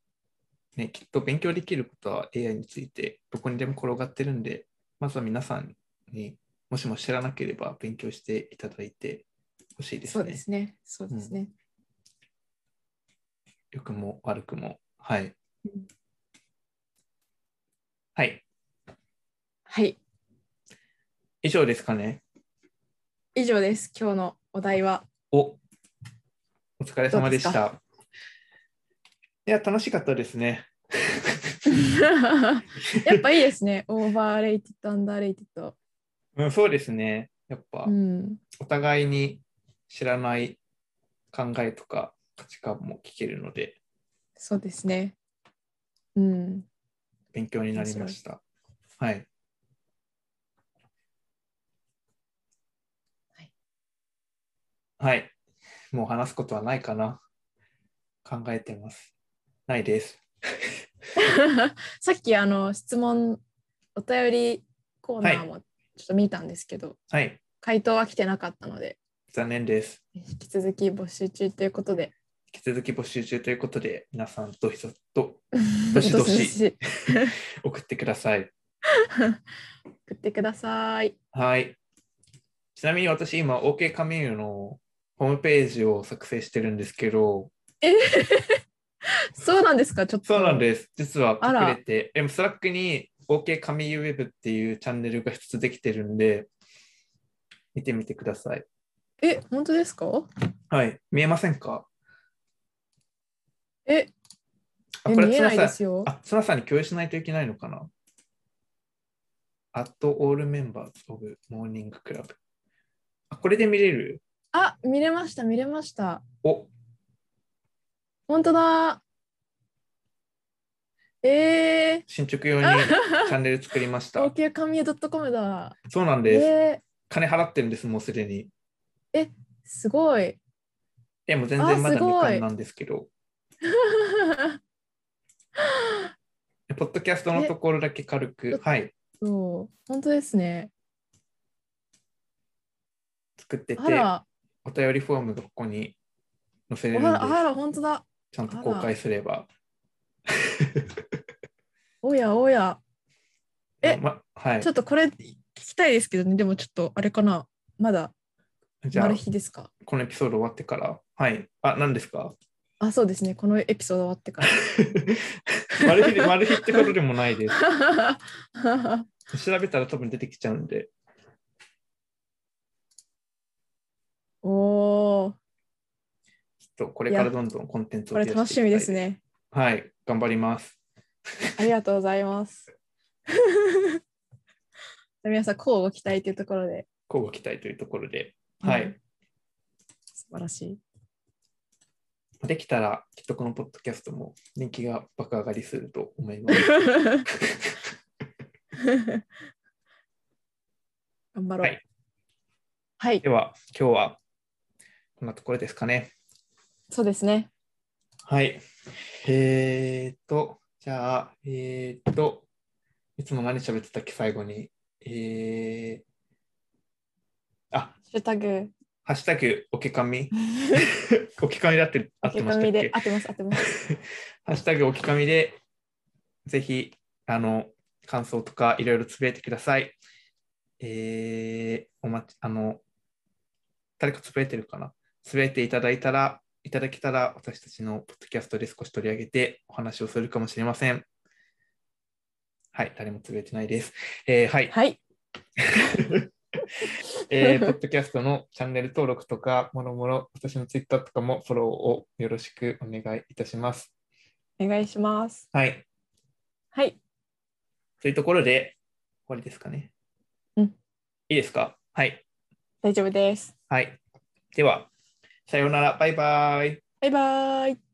S1: ね、きっと勉強できることは AI についてどこにでも転がってるんで、まずは皆さんにもしも知らなければ勉強していただいてほしいです
S2: そう
S1: ね。
S2: ですね。そうですね。
S1: 良くも悪くも。はい。
S2: うん
S1: はい。
S2: はい。
S1: 以上ですかね。
S2: 以上です。今日のお題は。
S1: おお疲れ様でし
S2: ど
S1: た。いや、楽しかったですね。
S2: やっぱいいですね。オーバーレイティッド、アンダーレイティッド。
S1: うん、そうですね。やっぱ。
S2: うん。
S1: お互いに知らない考えとか価値観も聞けるので
S2: そうですね。うん。
S1: 勉強になりました。はい。はい。もう話すことはないかな考えてます。ないです。
S2: さっきあの質問、お便りコーナーもちょっと見たんですけど、
S1: はい。
S2: 回答は来てなかったので、
S1: 残念です。
S2: 引き続き募集中ということで、
S1: 引き続き募集中ということで、皆さんとひととど
S2: ど
S1: し
S2: し
S1: ど
S2: ど
S1: し
S2: し
S1: 送ってください。
S2: 送ってください。
S1: はい。ちなみに私今 OK カミューのホームページを作成してるんですけど、
S2: そうなんですか、ちょっと。
S1: そうなんです。実は
S2: あら
S1: 隠れて、でもスラックに OK 神ウェブっていうチャンネルが一つできてるんで、見てみてください。
S2: え、本当ですか
S1: はい。見えませんか
S2: え、
S1: あ、
S2: え
S1: これ
S2: 見え
S1: ツナ
S2: ない
S1: さ
S2: で
S1: ん、
S2: すよ。
S1: あ、ツナさんに共有しないといけないのかな ?at all members of morning club。あ、これで見れる
S2: ああ、見れました、見れました。
S1: お
S2: 本当だ。 え
S1: 新築 用にチャ
S2: ー、
S1: ンネル作りました
S2: 高。級神江 .com だ。
S1: そうなん
S2: え
S1: です、
S2: ー、
S1: 金払ってるんです、もうすでに。
S2: すごい。
S1: え、もう全
S2: あー
S1: 然まだ
S2: すごい
S1: 未完なんですけど、ポッドキャストのところだけ軽く、はい、
S2: そう、本当ですね。
S1: 作ってて、
S2: あら、
S1: お便りフォームがここに載せれ
S2: あ
S1: るんで
S2: ら、、あら、本当だ。
S1: ちゃんと公開すれば。
S2: おやおや。え
S1: ま、はい
S2: ちょ。っとこれ聞きたいですけどね、でもちょっとあれかな。まだ
S1: じゃあ
S2: 丸、日ですか。
S1: このエピソード終わってから。はい。あ、何ですか
S2: あ、そうですね。このエピソード終わってから。
S1: 丸日で丸日ってことでもないです。
S2: あ
S1: 調べたら多分出てきちゃうんで。
S2: おー
S1: ちょっとこれからどんどんコンテンツを
S2: これ楽しみです
S1: ね。
S2: ね。
S1: はい、頑張ります。
S2: ありがとうございます。皆さん、こうご期待というところで、
S1: 交互期待というところで。はい。
S2: うん素晴らし い。
S1: できたら、きっとこのポッドキャストも人気が爆上がりすると思います。
S2: 頑張ろう。
S1: はい
S2: は い
S1: では、今日はこんなところですかね。
S2: そうですね。
S1: はい。えーっと、じゃあ、えーっと、いつも何喋ってたっけ、最後に。えー、あ、
S2: ハッシュタグ。
S1: ハッシュタグ、おけか み。おけかみだって合ってましたっ
S2: 紙で
S1: け
S2: 合ってます合ってます。
S1: ハッシュタグおきかみで、ぜひ、あの、感想とかいろいろつぶやいてください。えー、お待ち、あの、誰かつぶやいてるかなつぶやいていただいたら、いただけたら、私たちのポッドキャストで少し取り上げてお話をするかもしれません。はい、誰もつぶやいてないです。えーはい。
S2: はい。
S1: えー、ポッドキャストのチャンネル登録とか、もろもろ、私のツイッターとかもフォローをよろしくお願いいたします。
S2: お願いします。
S1: はい。
S2: はい。
S1: というところで、終わりですかね。
S2: うん
S1: いいですかはい。
S2: 大丈夫です。
S1: はい。では、さようなら。バイバイ。
S2: バイバーイ。